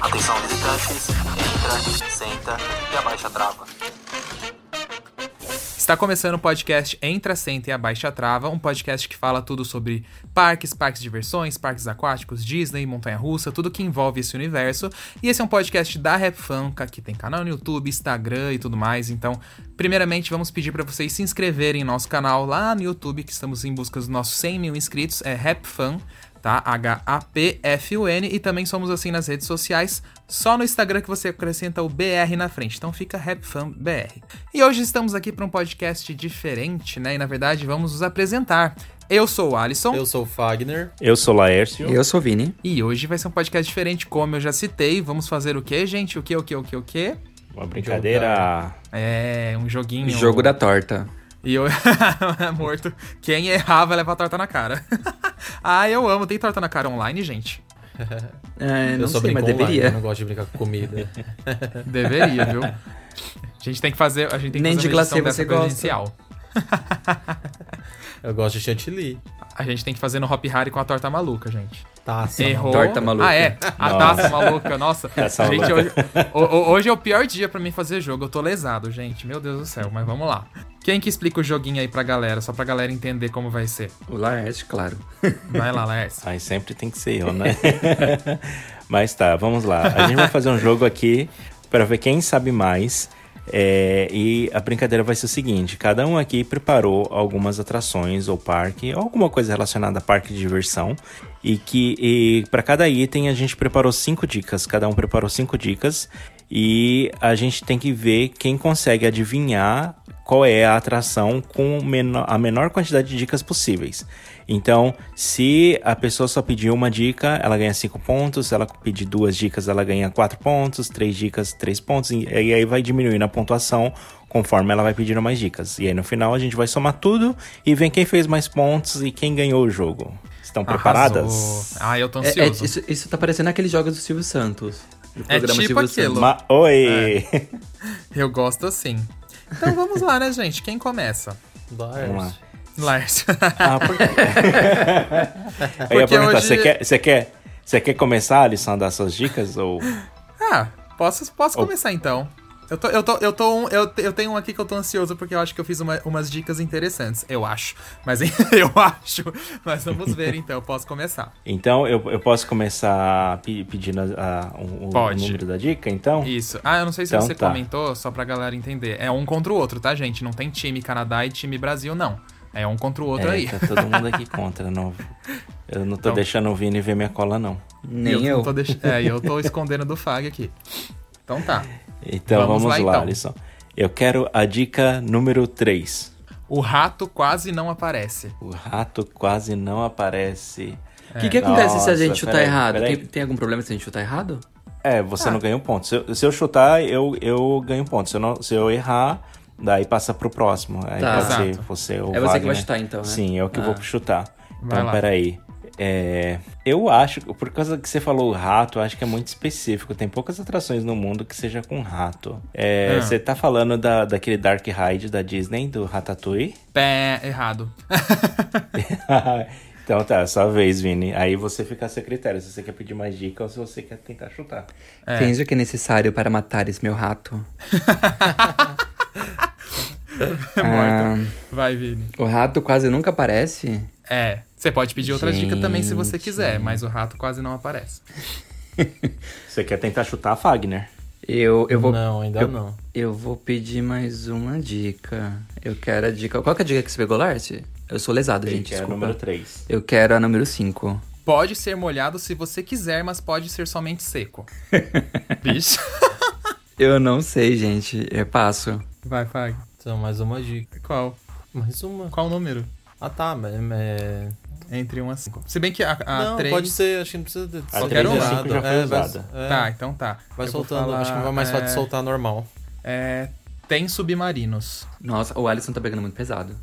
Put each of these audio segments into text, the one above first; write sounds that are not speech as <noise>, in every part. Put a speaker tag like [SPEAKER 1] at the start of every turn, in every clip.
[SPEAKER 1] Atenção visitantes, entra, senta e abaixa a trava.
[SPEAKER 2] Está começando o podcast Entra, Senta e Abaixa a Trava, um podcast que fala tudo sobre parques, parques de diversões, parques aquáticos, Disney, montanha-russa, tudo que envolve esse universo. E esse é um podcast da Rap Funka, que tem canal no YouTube, Instagram e tudo mais. Então, primeiramente, vamos pedir para vocês se inscreverem em nosso canal lá no YouTube, que estamos em busca dos nossos 100 mil inscritos, é Rap Fun, tá? H-A-P-F-U-N. E também somos assim nas redes sociais, só no Instagram que você acrescenta o BR na frente. Então fica RapFanBR. E hoje estamos aqui para um podcast diferente, né? E na verdade vamos nos apresentar. Eu sou o Alisson.
[SPEAKER 3] Eu sou o Fagner.
[SPEAKER 4] Eu sou Laércio.
[SPEAKER 5] Eu sou o Vini.
[SPEAKER 2] E hoje vai ser um podcast diferente, como eu já citei. Vamos fazer o quê, gente? O quê, o quê, o quê, o quê?
[SPEAKER 4] Uma brincadeira.
[SPEAKER 2] É, um joguinho.
[SPEAKER 5] Jogo da torta.
[SPEAKER 2] E eu, <laughs> morto, quem errava leva a torta na cara. <laughs> ah, eu amo. Tem torta na cara online, gente?
[SPEAKER 5] É,
[SPEAKER 3] eu
[SPEAKER 5] não
[SPEAKER 3] só
[SPEAKER 5] sei,
[SPEAKER 3] brinco
[SPEAKER 5] mas
[SPEAKER 3] online, eu
[SPEAKER 5] deveria.
[SPEAKER 3] não gosto de brincar com comida.
[SPEAKER 2] Deveria, viu? A gente tem que fazer, a gente tem que
[SPEAKER 5] Nem
[SPEAKER 2] fazer
[SPEAKER 5] de
[SPEAKER 2] uma edição
[SPEAKER 5] glacê
[SPEAKER 2] dessa
[SPEAKER 5] você gosta.
[SPEAKER 2] presencial.
[SPEAKER 3] eu gosto de chantilly.
[SPEAKER 2] A gente tem que fazer no Hop Harry com a torta maluca, gente.
[SPEAKER 5] Tá,
[SPEAKER 3] Taça.
[SPEAKER 2] Errou.
[SPEAKER 5] Torta maluca.
[SPEAKER 2] Ah, é. A
[SPEAKER 4] Nossa.
[SPEAKER 2] taça maluca,
[SPEAKER 4] <laughs>
[SPEAKER 2] nossa.
[SPEAKER 4] Taça
[SPEAKER 2] gente,
[SPEAKER 4] maluca.
[SPEAKER 2] hoje, ho- ho- hoje é o pior dia pra mim fazer jogo. Eu tô lesado, gente. Meu Deus do céu, mas vamos lá. Quem que explica o joguinho aí pra galera? Só pra galera entender como vai ser.
[SPEAKER 5] O Laércio, claro.
[SPEAKER 2] Vai lá, Lércio.
[SPEAKER 4] Aí sempre tem que ser eu, né? <laughs> Mas tá, vamos lá. A gente vai fazer um jogo aqui pra ver quem sabe mais. É, e a brincadeira vai ser o seguinte: cada um aqui preparou algumas atrações ou parque, ou alguma coisa relacionada a parque de diversão. E que e para cada item a gente preparou cinco dicas. Cada um preparou cinco dicas. E a gente tem que ver quem consegue adivinhar qual é a atração com meno- a menor quantidade de dicas possíveis. Então, se a pessoa só pedir uma dica, ela ganha 5 pontos, se ela pedir duas dicas, ela ganha 4 pontos, três dicas, 3 pontos, e e aí vai diminuindo a pontuação conforme ela vai pedindo mais dicas. E aí no final a gente vai somar tudo e vem quem fez mais pontos e quem ganhou o jogo. Estão <laughs> preparadas?
[SPEAKER 2] Arrasou. Ah, eu tô
[SPEAKER 5] É- é-
[SPEAKER 2] ansioso.
[SPEAKER 5] isso, isso tá parecendo aqueles jogos do Silvio Santos. Do
[SPEAKER 2] É tipo aquilo.
[SPEAKER 4] Ma- Oi!
[SPEAKER 2] Eu gosto assim. Então vamos lá, né, gente? Quem começa?
[SPEAKER 3] Lars.
[SPEAKER 4] <laughs> Vamos lá.
[SPEAKER 2] <laughs> Lércio.
[SPEAKER 4] Ah, por quê?
[SPEAKER 2] É
[SPEAKER 4] eu ia
[SPEAKER 2] Porque
[SPEAKER 4] perguntar,
[SPEAKER 2] hoje-
[SPEAKER 4] você quer, você quer, você quer começar, Alisson, a dar suas dicas? Ou...
[SPEAKER 2] Ah, posso, posso
[SPEAKER 4] Oh.
[SPEAKER 2] começar então. Eu, tô, eu, tô, eu, tô um- eu, te- eu tenho um aqui que eu tô ansioso porque eu acho que eu fiz uma- umas dicas interessantes. Eu acho. Mas <laughs> eu acho. Mas vamos
[SPEAKER 4] <laughs>
[SPEAKER 2] ver então, eu posso começar.
[SPEAKER 4] Então, eu, eu posso começar pe- pedindo a- a- o, o
[SPEAKER 2] Pode.
[SPEAKER 4] número da dica, então?
[SPEAKER 2] Isso. Ah, eu não sei se
[SPEAKER 4] Então
[SPEAKER 2] você
[SPEAKER 4] tá.
[SPEAKER 2] comentou, só pra galera entender. É um contra o outro, tá, gente? Não tem time Canadá e time Brasil, não. É um contra o outro
[SPEAKER 4] é,
[SPEAKER 2] aí. <laughs>
[SPEAKER 4] tá todo mundo aqui contra, não. Eu não tô
[SPEAKER 2] Então-
[SPEAKER 4] deixando o Vini ver minha cola, não.
[SPEAKER 5] Nem
[SPEAKER 2] eu,
[SPEAKER 5] eu.
[SPEAKER 2] Tô deix... É, e eu tô escondendo do Fag aqui. Então tá.
[SPEAKER 4] Então,
[SPEAKER 2] Vamos
[SPEAKER 4] vamos,
[SPEAKER 2] lá,
[SPEAKER 4] lá,
[SPEAKER 2] então.
[SPEAKER 4] Alisson. Eu quero a dica número 3.
[SPEAKER 2] O rato quase não aparece.
[SPEAKER 4] O rato quase não aparece.
[SPEAKER 5] O que, que acontece se a
[SPEAKER 4] Nossa,
[SPEAKER 5] gente chutar
[SPEAKER 4] peraí,
[SPEAKER 5] errado?
[SPEAKER 4] peraí.
[SPEAKER 5] Tem, tem algum problema se a gente chutar errado?
[SPEAKER 4] É,
[SPEAKER 5] Ah.
[SPEAKER 4] você não ganha um ponto. Se eu, se eu chutar, eu, eu ganho um ponto. Se eu, não, se eu errar, daí passa pro próximo. Aí
[SPEAKER 5] Tá.
[SPEAKER 4] pode ser
[SPEAKER 2] Exato.
[SPEAKER 4] você ou
[SPEAKER 5] É você que vai
[SPEAKER 4] Wagner.
[SPEAKER 5] chutar, então, né?
[SPEAKER 4] Sim, eu que
[SPEAKER 5] Ah.
[SPEAKER 4] vou chutar.
[SPEAKER 2] Vai
[SPEAKER 4] Então,
[SPEAKER 2] lá.
[SPEAKER 4] peraí. É, eu acho, por causa que você falou rato, eu acho que é muito específico. Tem poucas atrações no mundo que seja com rato. É,
[SPEAKER 2] Ah.
[SPEAKER 4] Você tá falando da, daquele Dark Ride da Disney, do Ratatouille? <laughs>
[SPEAKER 2] Pé, errado. <laughs>
[SPEAKER 4] então tá, sua vez, Vini. Aí você fica a seu critério, se você quer pedir mais dica ou se você quer tentar chutar.
[SPEAKER 5] Entende o que é necessário para matar esse meu rato? Ah,
[SPEAKER 2] É Vai, Vini.
[SPEAKER 5] o rato quase nunca aparece.
[SPEAKER 2] É. Você pode pedir outra dica também se você
[SPEAKER 5] Gente.
[SPEAKER 2] quiser, mas o rato quase não aparece.
[SPEAKER 4] Você quer tentar chutar a Fagner?
[SPEAKER 5] Eu, eu vou.
[SPEAKER 3] Não, ainda
[SPEAKER 5] eu-
[SPEAKER 3] não.
[SPEAKER 5] Eu vou pedir mais uma dica. Eu quero a dica. Qual que é a dica que você pegou, Lars? Eu sou lesado, gente.
[SPEAKER 4] Gente, é o
[SPEAKER 5] desculpa.
[SPEAKER 4] número 3.
[SPEAKER 5] Eu quero a número 5.
[SPEAKER 2] Pode ser molhado se você quiser, mas pode ser somente seco. Bicho.
[SPEAKER 5] <laughs> Eu não sei, gente. Eu passo.
[SPEAKER 2] Vai, Fag.
[SPEAKER 3] Então, mais uma dica.
[SPEAKER 2] Qual?
[SPEAKER 3] Mais uma.
[SPEAKER 2] Qual o número?
[SPEAKER 3] Ah, tá, mas... é-
[SPEAKER 2] Entre 1 a 5. Se bem que a, a
[SPEAKER 3] não,
[SPEAKER 2] 3.
[SPEAKER 3] pode ser, acho que não precisa de
[SPEAKER 4] A
[SPEAKER 3] ser
[SPEAKER 2] Ah, três e
[SPEAKER 3] errado.
[SPEAKER 4] cinco já foi
[SPEAKER 3] É, vai-
[SPEAKER 4] usada.
[SPEAKER 3] é,
[SPEAKER 2] Tá, então tá.
[SPEAKER 3] Vai
[SPEAKER 2] Eu vou
[SPEAKER 3] soltando, acho que
[SPEAKER 2] falar,
[SPEAKER 3] vai mais fácil
[SPEAKER 2] é,
[SPEAKER 3] soltar
[SPEAKER 2] <laughs>
[SPEAKER 3] normal.
[SPEAKER 2] É. Tem submarinos. <laughs>
[SPEAKER 5] Nossa, o Alisson tá pegando muito pesado.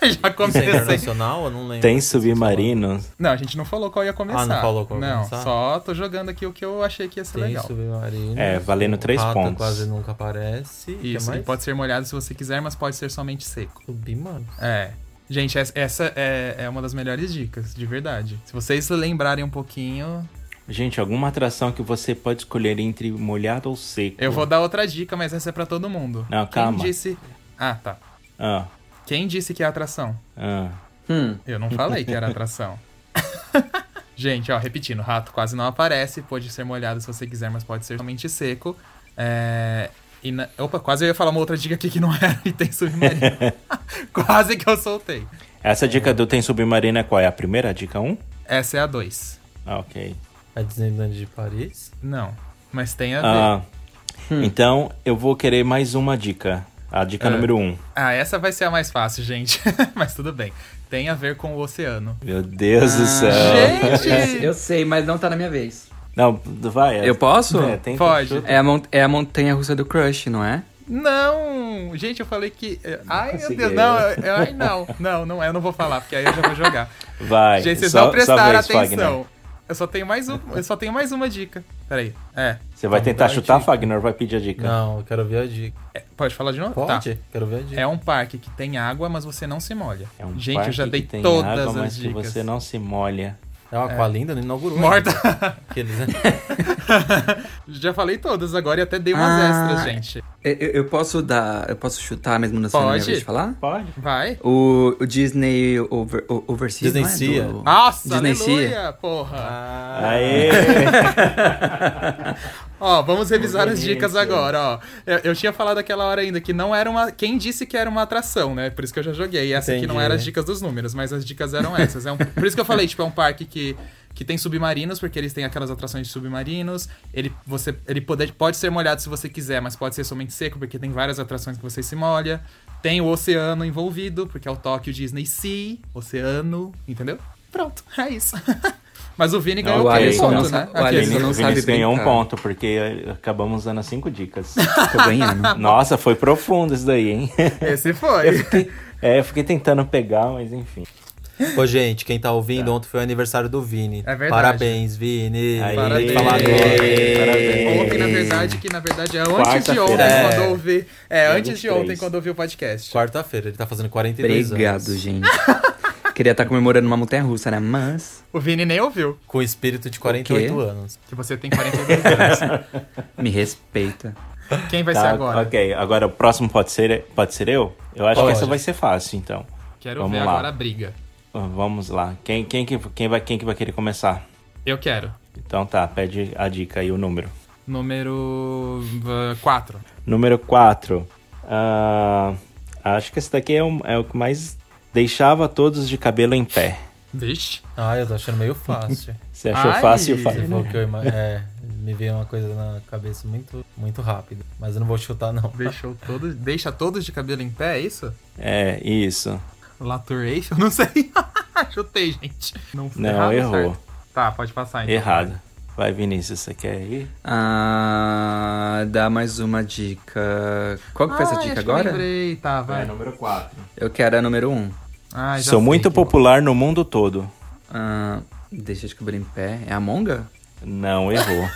[SPEAKER 2] Já
[SPEAKER 3] Isso é
[SPEAKER 2] comecei.
[SPEAKER 3] internacional? Eu não lembro.
[SPEAKER 4] Tem submarino?
[SPEAKER 2] Não, a gente não falou qual ia começar.
[SPEAKER 3] Ah, não falou qual ia
[SPEAKER 2] Não,
[SPEAKER 3] começar?
[SPEAKER 2] só tô jogando aqui o que eu achei que ia ser
[SPEAKER 3] Tem
[SPEAKER 2] legal.
[SPEAKER 3] submarino.
[SPEAKER 4] É, valendo
[SPEAKER 3] O
[SPEAKER 4] três
[SPEAKER 3] rato
[SPEAKER 4] pontos.
[SPEAKER 3] quase nunca aparece. Que
[SPEAKER 2] Isso,
[SPEAKER 3] mais?
[SPEAKER 2] ele pode ser molhado se você quiser, mas pode ser somente seco.
[SPEAKER 3] subir, mano.
[SPEAKER 2] É. Gente, es- essa é, é uma das melhores dicas, de verdade. Se vocês lembrarem um pouquinho,
[SPEAKER 4] Gente, alguma atração que você pode escolher entre molhado ou seco?
[SPEAKER 2] eu vou dar outra dica, mas essa é pra todo mundo.
[SPEAKER 4] Não, calma.
[SPEAKER 2] Quem disse. Ah, tá.
[SPEAKER 4] Ah,
[SPEAKER 2] Quem disse que é atração?
[SPEAKER 4] ah.
[SPEAKER 5] Hum.
[SPEAKER 2] Eu não falei que era
[SPEAKER 4] <laughs>
[SPEAKER 2] atração. Gente, ó, repetindo, rato quase não aparece, pode ser molhado se você quiser, mas pode ser somente seco. É, e na- Opa, quase eu ia falar uma outra dica aqui que não <laughs> era e tem
[SPEAKER 4] <laughs>
[SPEAKER 2] submarino. quase que eu soltei.
[SPEAKER 4] Essa dica do tem submarino é qual? É a primeira? A dica 1?
[SPEAKER 2] Essa é a 2.
[SPEAKER 4] Ah, ok.
[SPEAKER 3] A É Disneyland de Paris.
[SPEAKER 2] Não, mas tem a ver.
[SPEAKER 4] Ah,
[SPEAKER 2] É.
[SPEAKER 4] Então, eu vou querer mais uma dica. A dica número 1.
[SPEAKER 2] Ah, essa vai ser a mais fácil, gente. <laughs> mas tudo bem. Tem a ver com o oceano.
[SPEAKER 4] Meu Deus
[SPEAKER 2] Ah.
[SPEAKER 4] do céu.
[SPEAKER 2] Gente!
[SPEAKER 5] <laughs> Eu sei, mas não tá na minha vez.
[SPEAKER 4] Não, vai.
[SPEAKER 5] Eu posso?
[SPEAKER 4] É, tenta,
[SPEAKER 2] Pode.
[SPEAKER 4] chuta.
[SPEAKER 5] É a, mon- é a montanha russa do Crush, não é?
[SPEAKER 2] Não! Gente, eu falei que. eh, Ai, meu
[SPEAKER 4] Conseguiu.
[SPEAKER 2] Deus, não, eu- eu- ai,
[SPEAKER 4] <laughs>
[SPEAKER 2] não, não, não, eu não vou falar, porque aí eu já vou jogar.
[SPEAKER 4] Vai.
[SPEAKER 2] Gente, vocês
[SPEAKER 4] só-
[SPEAKER 2] não
[SPEAKER 4] só
[SPEAKER 2] prestaram
[SPEAKER 4] vez, Fagner.
[SPEAKER 2] atenção. Eu só tenho mais um, eu só tenho mais uma dica. Peraí. É.
[SPEAKER 4] Você vai
[SPEAKER 3] Vamos
[SPEAKER 4] tentar
[SPEAKER 3] dar a
[SPEAKER 4] chutar,
[SPEAKER 3] dica.
[SPEAKER 4] Fagner? Vai pedir a dica.
[SPEAKER 3] Não, eu quero ver a dica.
[SPEAKER 2] É, Pode falar de novo?
[SPEAKER 3] Pode?
[SPEAKER 2] Tá.
[SPEAKER 3] Quero ver a dica.
[SPEAKER 2] É um parque que tem água, mas você não se molha.
[SPEAKER 4] É um
[SPEAKER 2] Gente, eu
[SPEAKER 4] parque
[SPEAKER 2] já dei
[SPEAKER 4] que tem
[SPEAKER 2] todas
[SPEAKER 4] água,
[SPEAKER 2] as
[SPEAKER 4] mas que
[SPEAKER 2] dicas.
[SPEAKER 4] você não se molha.
[SPEAKER 3] É, uma com a linda, não inaugurou.
[SPEAKER 2] <laughs> Morta. <laughs>
[SPEAKER 3] Aqueles, né?
[SPEAKER 2] já falei todas agora e até dei umas
[SPEAKER 5] Ah,
[SPEAKER 2] extras, gente.
[SPEAKER 5] Eu, eu- eu posso dar. Eu posso chutar mesmo não sendo na minha
[SPEAKER 2] Pode.
[SPEAKER 5] vez de falar?
[SPEAKER 4] Pode.
[SPEAKER 2] Vai.
[SPEAKER 5] O, o Disney Over, o, Overseas.
[SPEAKER 3] Disney
[SPEAKER 5] não é?
[SPEAKER 3] Sea.
[SPEAKER 5] Do-
[SPEAKER 2] Nossa,
[SPEAKER 5] Disney Sea.
[SPEAKER 2] aleluia, porra.
[SPEAKER 4] Ah. Aê!
[SPEAKER 2] Ó, vamos revisar as dicas agora, ó. Eu, eu tinha falado aquela hora ainda que não era uma. Quem disse que era uma atração, né? Por isso que eu já joguei. E Essa aqui não
[SPEAKER 3] Entendi.
[SPEAKER 2] era as dicas dos números, mas as dicas eram essas. É um- por isso que eu falei, tipo, é um parque que, que tem submarinos, porque eles têm aquelas atrações de submarinos. Ele, você, ele pode, pode ser molhado se você quiser, mas pode ser somente seco, porque tem várias atrações que você se molha. Tem o oceano envolvido, porque é o Tóquio Disney Sea, oceano, entendeu? Pronto, é isso. <laughs> Mas o Vini ganhou
[SPEAKER 5] o
[SPEAKER 2] aquele
[SPEAKER 5] Alisson
[SPEAKER 2] ponto,
[SPEAKER 5] não
[SPEAKER 2] né?
[SPEAKER 5] sa- o Alisson
[SPEAKER 2] Aquele-
[SPEAKER 5] não
[SPEAKER 4] Vinícius
[SPEAKER 5] sabe
[SPEAKER 4] ganhou um
[SPEAKER 5] brincar.
[SPEAKER 4] ponto, porque eh, acabamos dando as cinco dicas.
[SPEAKER 5] Tô ganhando.
[SPEAKER 4] Nossa, foi profundo isso daí, hein?
[SPEAKER 2] Esse foi.
[SPEAKER 4] É, eu fiquei tentando pegar, mas enfim.
[SPEAKER 3] Ô, gente, quem tá ouvindo, ontem foi o aniversário do Vini.
[SPEAKER 2] É verdade.
[SPEAKER 3] Parabéns, Vini.
[SPEAKER 4] Aí,
[SPEAKER 3] Tem que
[SPEAKER 2] Parabéns.
[SPEAKER 3] falar agora.
[SPEAKER 4] Parabéns.
[SPEAKER 2] Ontem, na verdade, que na verdade é antes de
[SPEAKER 4] Quarta-feira.
[SPEAKER 2] ontem
[SPEAKER 3] É.
[SPEAKER 2] quando eu ouvi. É, antes de
[SPEAKER 4] 23.
[SPEAKER 2] ontem quando eu ouvi o podcast.
[SPEAKER 3] Quarta-feira, ele tá fazendo 42
[SPEAKER 5] Obrigado,
[SPEAKER 3] anos.
[SPEAKER 5] gente. Queria estar comemorando uma montanha russa, né? Mas.
[SPEAKER 2] O Vini nem ouviu.
[SPEAKER 3] Com o espírito de
[SPEAKER 5] O
[SPEAKER 3] 48
[SPEAKER 5] quê?
[SPEAKER 3] anos.
[SPEAKER 2] Que você tem 42 anos.
[SPEAKER 5] Me respeita.
[SPEAKER 2] Quem vai
[SPEAKER 4] Tá,
[SPEAKER 2] ser agora?
[SPEAKER 4] Ok, agora o próximo pode ser, pode ser eu? Eu acho
[SPEAKER 3] Pode.
[SPEAKER 4] que essa vai ser fácil, então.
[SPEAKER 2] Quero
[SPEAKER 4] Vamos
[SPEAKER 2] ver
[SPEAKER 4] lá.
[SPEAKER 2] agora a briga.
[SPEAKER 4] Vamos lá. Quem, quem, que- quem, vai, quem que vai querer começar?
[SPEAKER 2] Eu quero.
[SPEAKER 4] Então tá, pede a dica e o número.
[SPEAKER 2] Número ah, 4.
[SPEAKER 4] Número 4. acho que esse daqui é o, é o que mais deixava todos de cabelo em pé.
[SPEAKER 2] Vixe.
[SPEAKER 3] Ah, eu tô achando meio
[SPEAKER 5] <laughs>
[SPEAKER 3] fácil.
[SPEAKER 4] Você achou
[SPEAKER 2] Ai,
[SPEAKER 4] fácil?
[SPEAKER 3] Você
[SPEAKER 4] Fácil.
[SPEAKER 3] falou
[SPEAKER 5] né?
[SPEAKER 3] que eu ima- é, me veio uma coisa na cabeça muito, muito rápido. Mas eu não vou chutar, não.
[SPEAKER 2] Deixou todos, deixa todos de cabelo em pé, é isso?
[SPEAKER 4] É, isso.
[SPEAKER 2] Latour Eiffel? Não <laughs> sei. Chutei, gente. Não, foi
[SPEAKER 4] Não,
[SPEAKER 2] errado ou
[SPEAKER 4] errou.
[SPEAKER 2] certo? Tá, pode passar então.
[SPEAKER 4] Errado. Vai, Vinícius, você quer ir?
[SPEAKER 5] Ah, dá mais uma dica. Qual que foi
[SPEAKER 2] Ah,
[SPEAKER 5] essa
[SPEAKER 2] acho
[SPEAKER 5] dica
[SPEAKER 2] que
[SPEAKER 5] agora?
[SPEAKER 2] Eu lembrei, tá, vai.
[SPEAKER 4] número 4.
[SPEAKER 5] Eu quero a número 1. Um.
[SPEAKER 2] Ah, já
[SPEAKER 4] É, Sou
[SPEAKER 2] sei
[SPEAKER 4] muito
[SPEAKER 2] que-
[SPEAKER 4] popular no mundo todo.
[SPEAKER 5] Ah, deixa eu descobrir em pé. É a Monga?
[SPEAKER 2] <laughs>
[SPEAKER 4] Não, errou.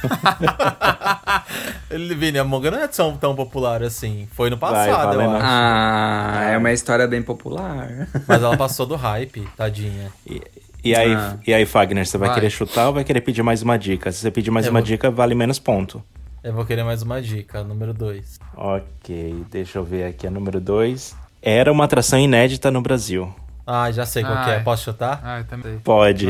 [SPEAKER 3] <laughs> Ele- Vini, a Monga não é tão, tão popular assim. Foi no
[SPEAKER 4] Vai,
[SPEAKER 3] passado, eu
[SPEAKER 4] valendo.
[SPEAKER 3] acho.
[SPEAKER 5] Ah, é uma história bem popular.
[SPEAKER 3] <laughs> Mas ela passou do hype, tadinha.
[SPEAKER 4] E, e aí,
[SPEAKER 5] Ah.
[SPEAKER 4] e aí, Fagner, você vai,
[SPEAKER 2] Vai.
[SPEAKER 4] querer chutar ou vai querer pedir mais uma dica? Se você pedir mais
[SPEAKER 3] Eu
[SPEAKER 4] uma
[SPEAKER 3] vou-
[SPEAKER 4] dica, vale menos ponto.
[SPEAKER 3] Eu vou querer mais uma dica, número 2.
[SPEAKER 4] Ok, deixa eu ver aqui a número 2. Era uma atração inédita no Brasil.
[SPEAKER 3] Ah, já sei qual que é.
[SPEAKER 2] Ai.
[SPEAKER 3] Posso chutar?
[SPEAKER 2] Ah, eu também sei.
[SPEAKER 4] Pode.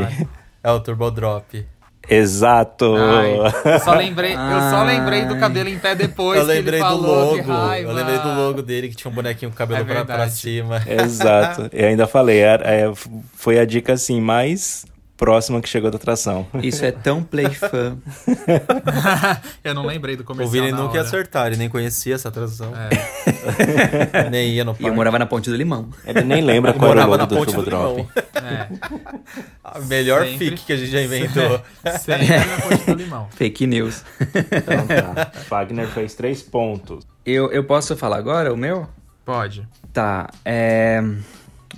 [SPEAKER 3] É o Turbo Drop.
[SPEAKER 4] <laughs> Exato.
[SPEAKER 2] Ai, só lembrei, eu só lembrei do
[SPEAKER 5] Ai.
[SPEAKER 2] cabelo em pé depois
[SPEAKER 3] eu lembrei
[SPEAKER 2] que ele
[SPEAKER 3] do
[SPEAKER 2] falou,
[SPEAKER 3] logo.
[SPEAKER 2] que raiva.
[SPEAKER 3] Eu lembrei do logo dele que tinha um bonequinho com o cabelo
[SPEAKER 2] É
[SPEAKER 3] pra, pra
[SPEAKER 2] verdade.
[SPEAKER 3] cima.
[SPEAKER 4] <laughs> Exato. Eu ainda falei, era- é, f- foi a dica assim mais próxima que chegou da atração.
[SPEAKER 5] Isso é tão playfan.
[SPEAKER 2] <laughs> eu não lembrei do
[SPEAKER 3] O
[SPEAKER 2] comercial
[SPEAKER 3] Vini
[SPEAKER 2] na
[SPEAKER 3] nunca ia
[SPEAKER 2] hora.
[SPEAKER 3] acertar, ele nem conhecia essa atração.
[SPEAKER 2] É.
[SPEAKER 3] Nem ia no parque.
[SPEAKER 5] E eu morava na Ponte do Limão.
[SPEAKER 4] Ele nem lembra
[SPEAKER 3] Eu
[SPEAKER 4] qual era o
[SPEAKER 3] morava
[SPEAKER 4] logo
[SPEAKER 3] na
[SPEAKER 4] do
[SPEAKER 3] Ponte
[SPEAKER 4] Turbo
[SPEAKER 3] do
[SPEAKER 4] Drop.
[SPEAKER 3] Limão.
[SPEAKER 2] É,
[SPEAKER 3] <laughs> A melhor
[SPEAKER 2] Sempre.
[SPEAKER 3] fic que a gente já
[SPEAKER 2] <laughs>
[SPEAKER 3] inventou.
[SPEAKER 2] sempre na ponte do limão.
[SPEAKER 5] Fake news.
[SPEAKER 4] Então tá.
[SPEAKER 3] <laughs>
[SPEAKER 4] Fagner fez três pontos.
[SPEAKER 5] Eu, eu posso falar agora o meu?
[SPEAKER 2] Pode.
[SPEAKER 5] Tá, é.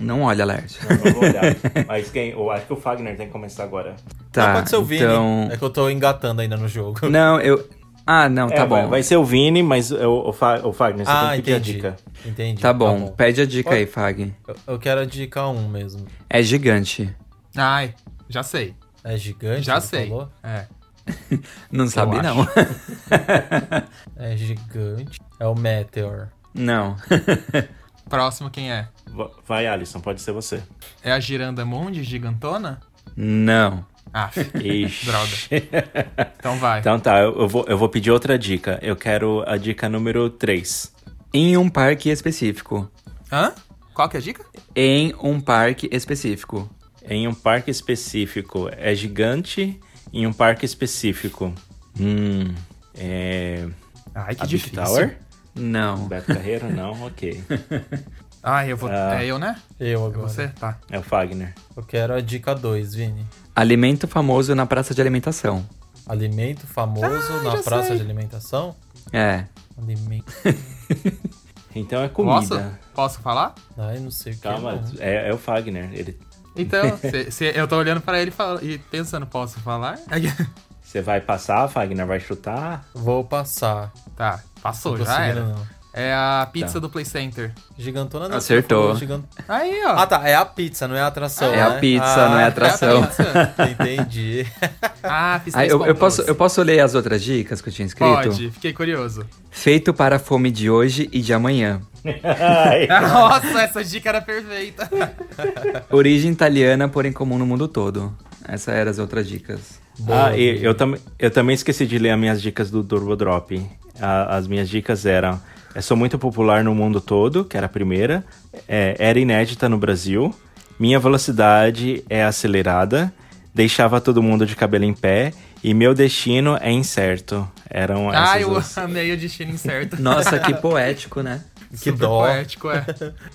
[SPEAKER 5] Não olha, Lércio.
[SPEAKER 4] Eu vou
[SPEAKER 5] <laughs>
[SPEAKER 4] olhar. Mas quem? Eu acho que o Fagner tem que começar agora.
[SPEAKER 5] Tá,
[SPEAKER 3] Ah, pode ser o Vini.
[SPEAKER 5] então...
[SPEAKER 3] É que eu tô engatando ainda no jogo.
[SPEAKER 5] Não, eu... Ah, não, tá
[SPEAKER 4] É, vai-
[SPEAKER 5] bom.
[SPEAKER 4] Vai ser o Vini, mas o, o, Fa- o Fagner, você
[SPEAKER 3] ah,
[SPEAKER 4] tem que pedir
[SPEAKER 3] entendi.
[SPEAKER 4] a dica.
[SPEAKER 3] Entendi.
[SPEAKER 5] Tá bom, pede a dica
[SPEAKER 3] Pode-
[SPEAKER 5] aí, Fag.
[SPEAKER 3] Eu, eu quero a dica 1 mesmo.
[SPEAKER 5] É gigante.
[SPEAKER 2] Ai, já sei.
[SPEAKER 3] É gigante?
[SPEAKER 2] Já
[SPEAKER 3] você
[SPEAKER 2] sei.
[SPEAKER 3] falou?
[SPEAKER 2] É.
[SPEAKER 5] <laughs> Não sabe,
[SPEAKER 2] acho.
[SPEAKER 5] não.
[SPEAKER 3] É gigante. É o Meteor.
[SPEAKER 5] não. <laughs>
[SPEAKER 2] Próximo quem é?
[SPEAKER 4] Va- Vai, Alisson, pode
[SPEAKER 3] <laughs>
[SPEAKER 4] ser você.
[SPEAKER 2] É a Giranda Mundi gigantona?
[SPEAKER 5] não.
[SPEAKER 2] Ah,
[SPEAKER 4] Ixi.
[SPEAKER 2] droga. Então vai.
[SPEAKER 4] Então tá, eu, eu vou, eu vou pedir outra dica. Eu quero a dica número 3.
[SPEAKER 5] Em um parque específico.
[SPEAKER 2] Hã? Qual que é a dica?
[SPEAKER 5] Em um parque específico.
[SPEAKER 4] Em um parque específico. É gigante em um parque específico. Hum. É.
[SPEAKER 2] Ai, que
[SPEAKER 4] a Big
[SPEAKER 2] difícil.
[SPEAKER 4] Tower?
[SPEAKER 5] Não.
[SPEAKER 4] Beto Carreiro? Não, ok.
[SPEAKER 2] Ai, eu vou.
[SPEAKER 4] Ah.
[SPEAKER 2] É eu, né?
[SPEAKER 3] Eu
[SPEAKER 2] É
[SPEAKER 3] agora.
[SPEAKER 2] você? Tá.
[SPEAKER 4] É o Fagner.
[SPEAKER 3] Eu quero a dica 2, Vini.
[SPEAKER 5] Alimento famoso na praça de alimentação.
[SPEAKER 3] Alimento famoso
[SPEAKER 2] Ah,
[SPEAKER 3] na
[SPEAKER 2] já
[SPEAKER 3] praça
[SPEAKER 2] sei.
[SPEAKER 3] de alimentação.
[SPEAKER 5] É.
[SPEAKER 3] Alimento.
[SPEAKER 4] Então é
[SPEAKER 2] Posso?
[SPEAKER 4] comida.
[SPEAKER 2] Posso falar?
[SPEAKER 3] Ai, não sei o que.
[SPEAKER 4] Calma,
[SPEAKER 3] é, não.
[SPEAKER 4] é, é o Fagner. Ele, <laughs>
[SPEAKER 2] Então, se- se- eu tô olhando pra ele e fal- e pensando, posso falar?
[SPEAKER 4] você vai passar, Fagner vai chutar.
[SPEAKER 3] Vou passar.
[SPEAKER 2] Tá, passou,
[SPEAKER 3] Não tô
[SPEAKER 2] já
[SPEAKER 3] conseguindo,
[SPEAKER 2] era.
[SPEAKER 3] não.
[SPEAKER 2] É a pizza
[SPEAKER 4] Tá.
[SPEAKER 2] do Play Center.
[SPEAKER 3] Gigantona não.
[SPEAKER 5] Acertou.
[SPEAKER 3] você falou gigan-
[SPEAKER 2] Aí, ó.
[SPEAKER 3] Ah, tá. É a pizza, não é a atração.
[SPEAKER 5] É a
[SPEAKER 3] né?
[SPEAKER 5] pizza,
[SPEAKER 3] Ah,
[SPEAKER 5] não é a
[SPEAKER 2] é a
[SPEAKER 5] atração.
[SPEAKER 2] pizza.
[SPEAKER 5] <laughs>
[SPEAKER 3] Entendi.
[SPEAKER 2] Ah, fiz
[SPEAKER 5] Ah,
[SPEAKER 2] três
[SPEAKER 5] eu, eu
[SPEAKER 2] pontos.
[SPEAKER 5] posso, eu posso ler as outras dicas que eu tinha escrito?
[SPEAKER 2] Pode, fiquei
[SPEAKER 5] <laughs>
[SPEAKER 2] curioso.
[SPEAKER 5] Feito para a fome de hoje e de amanhã.
[SPEAKER 4] Ai.
[SPEAKER 5] Ah.
[SPEAKER 2] Nossa, essa dica era perfeita.
[SPEAKER 5] Origem italiana, porém comum no mundo todo. Essa eram as outras dicas.
[SPEAKER 3] Boa,
[SPEAKER 4] Ah, e eu, tam eu também esqueci de ler as minhas dicas do Turbo Drop. A- as minhas dicas eram: é, sou muito popular no mundo todo, que era a primeira, é, era inédita no Brasil, minha velocidade é acelerada, deixava todo mundo de cabelo em pé e meu destino é incerto. Eram essas.
[SPEAKER 2] Ah, eu
[SPEAKER 4] as-
[SPEAKER 2] amei o destino incerto. <laughs>
[SPEAKER 5] <laughs> Nossa, que poético, né?
[SPEAKER 3] que
[SPEAKER 2] Super
[SPEAKER 3] dó.
[SPEAKER 2] poético, é.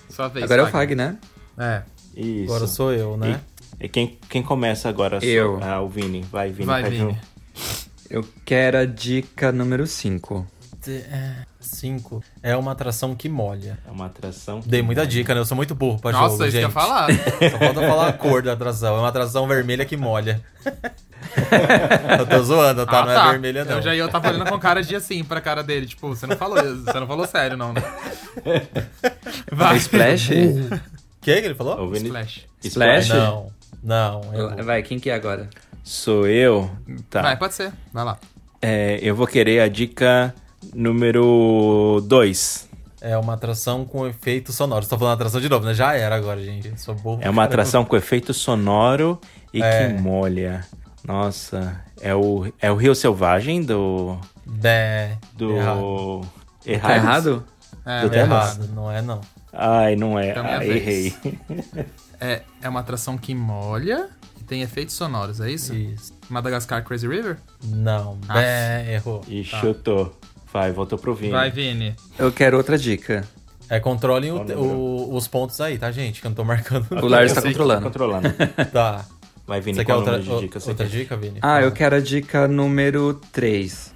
[SPEAKER 2] Sua vez.
[SPEAKER 5] Agora é o Fag,
[SPEAKER 2] Fagner.
[SPEAKER 5] né?
[SPEAKER 2] É.
[SPEAKER 4] Isso.
[SPEAKER 3] Agora sou eu, né?
[SPEAKER 4] E quem, quem começa agora? sou-
[SPEAKER 5] Eu.
[SPEAKER 4] Ah, o Vini. Vai, Vini.
[SPEAKER 2] Vai,
[SPEAKER 4] pede
[SPEAKER 2] Vini.
[SPEAKER 4] um.
[SPEAKER 5] Eu quero a dica número 5.
[SPEAKER 3] 5. É uma atração que molha.
[SPEAKER 4] É uma atração.
[SPEAKER 3] Dei muita dica, né? Eu sou muito burro pra
[SPEAKER 2] Nossa,
[SPEAKER 3] jogo,
[SPEAKER 2] isso
[SPEAKER 3] gente.
[SPEAKER 2] que eu ia
[SPEAKER 5] <laughs>
[SPEAKER 2] falar.
[SPEAKER 3] Só falta falar a cor da atração. É uma atração vermelha que molha. <laughs> eu tô zoando, tá?
[SPEAKER 2] Ah,
[SPEAKER 3] não é vermelha, não.
[SPEAKER 2] Eu já ia- eu tava olhando com cara de assim pra cara dele. Tipo, você não falou, você não falou sério, não, né?
[SPEAKER 5] É
[SPEAKER 2] Vai.
[SPEAKER 5] Splash?
[SPEAKER 3] Quem que ele falou?
[SPEAKER 4] O Vini...
[SPEAKER 2] Splash.
[SPEAKER 5] Splash?
[SPEAKER 3] Não, não. eu-
[SPEAKER 5] Vai, quem que é agora?
[SPEAKER 4] Sou eu? Tá.
[SPEAKER 2] Vai, pode ser. Vai lá.
[SPEAKER 4] É, eu vou querer a dica número 2.
[SPEAKER 3] É uma atração com efeito sonoro. Estou falando atração de novo, né? Já era agora, gente. Eu sou burro.
[SPEAKER 4] É uma atração com efeito sonoro e
[SPEAKER 3] É.
[SPEAKER 4] que molha. Nossa, é o, é o Rio Selvagem do.
[SPEAKER 3] Bé.
[SPEAKER 4] do...
[SPEAKER 3] Errado.
[SPEAKER 4] Errado.
[SPEAKER 5] Tá errado?
[SPEAKER 2] É,
[SPEAKER 4] Do
[SPEAKER 2] mas-
[SPEAKER 4] Telas?
[SPEAKER 3] Errado, não é não.
[SPEAKER 4] Ai, não é.
[SPEAKER 2] Então é minha
[SPEAKER 4] Ai, errei.
[SPEAKER 2] vez. é, é uma atração que molha e tem efeitos sonoros, é isso?
[SPEAKER 3] Isso.
[SPEAKER 2] Madagascar Crazy River?
[SPEAKER 3] Não. Bé, errou.
[SPEAKER 4] E chutou. Vai, voltou pro Vini.
[SPEAKER 2] Vai, Vini.
[SPEAKER 5] Eu quero outra dica.
[SPEAKER 3] É É, controlem o-
[SPEAKER 4] Olha,
[SPEAKER 3] o- os pontos aí, tá, gente? Que eu não tô marcando.
[SPEAKER 5] O Lars tá
[SPEAKER 4] Eu sei que
[SPEAKER 5] controlando.
[SPEAKER 4] controlando.
[SPEAKER 3] Tá.
[SPEAKER 4] Vai, Vini,
[SPEAKER 3] Você quer
[SPEAKER 4] qual
[SPEAKER 3] outra,
[SPEAKER 4] outra, de dica você
[SPEAKER 3] outra
[SPEAKER 4] quer?
[SPEAKER 3] dica, Vini?
[SPEAKER 5] Ah, eu quero a dica número 3.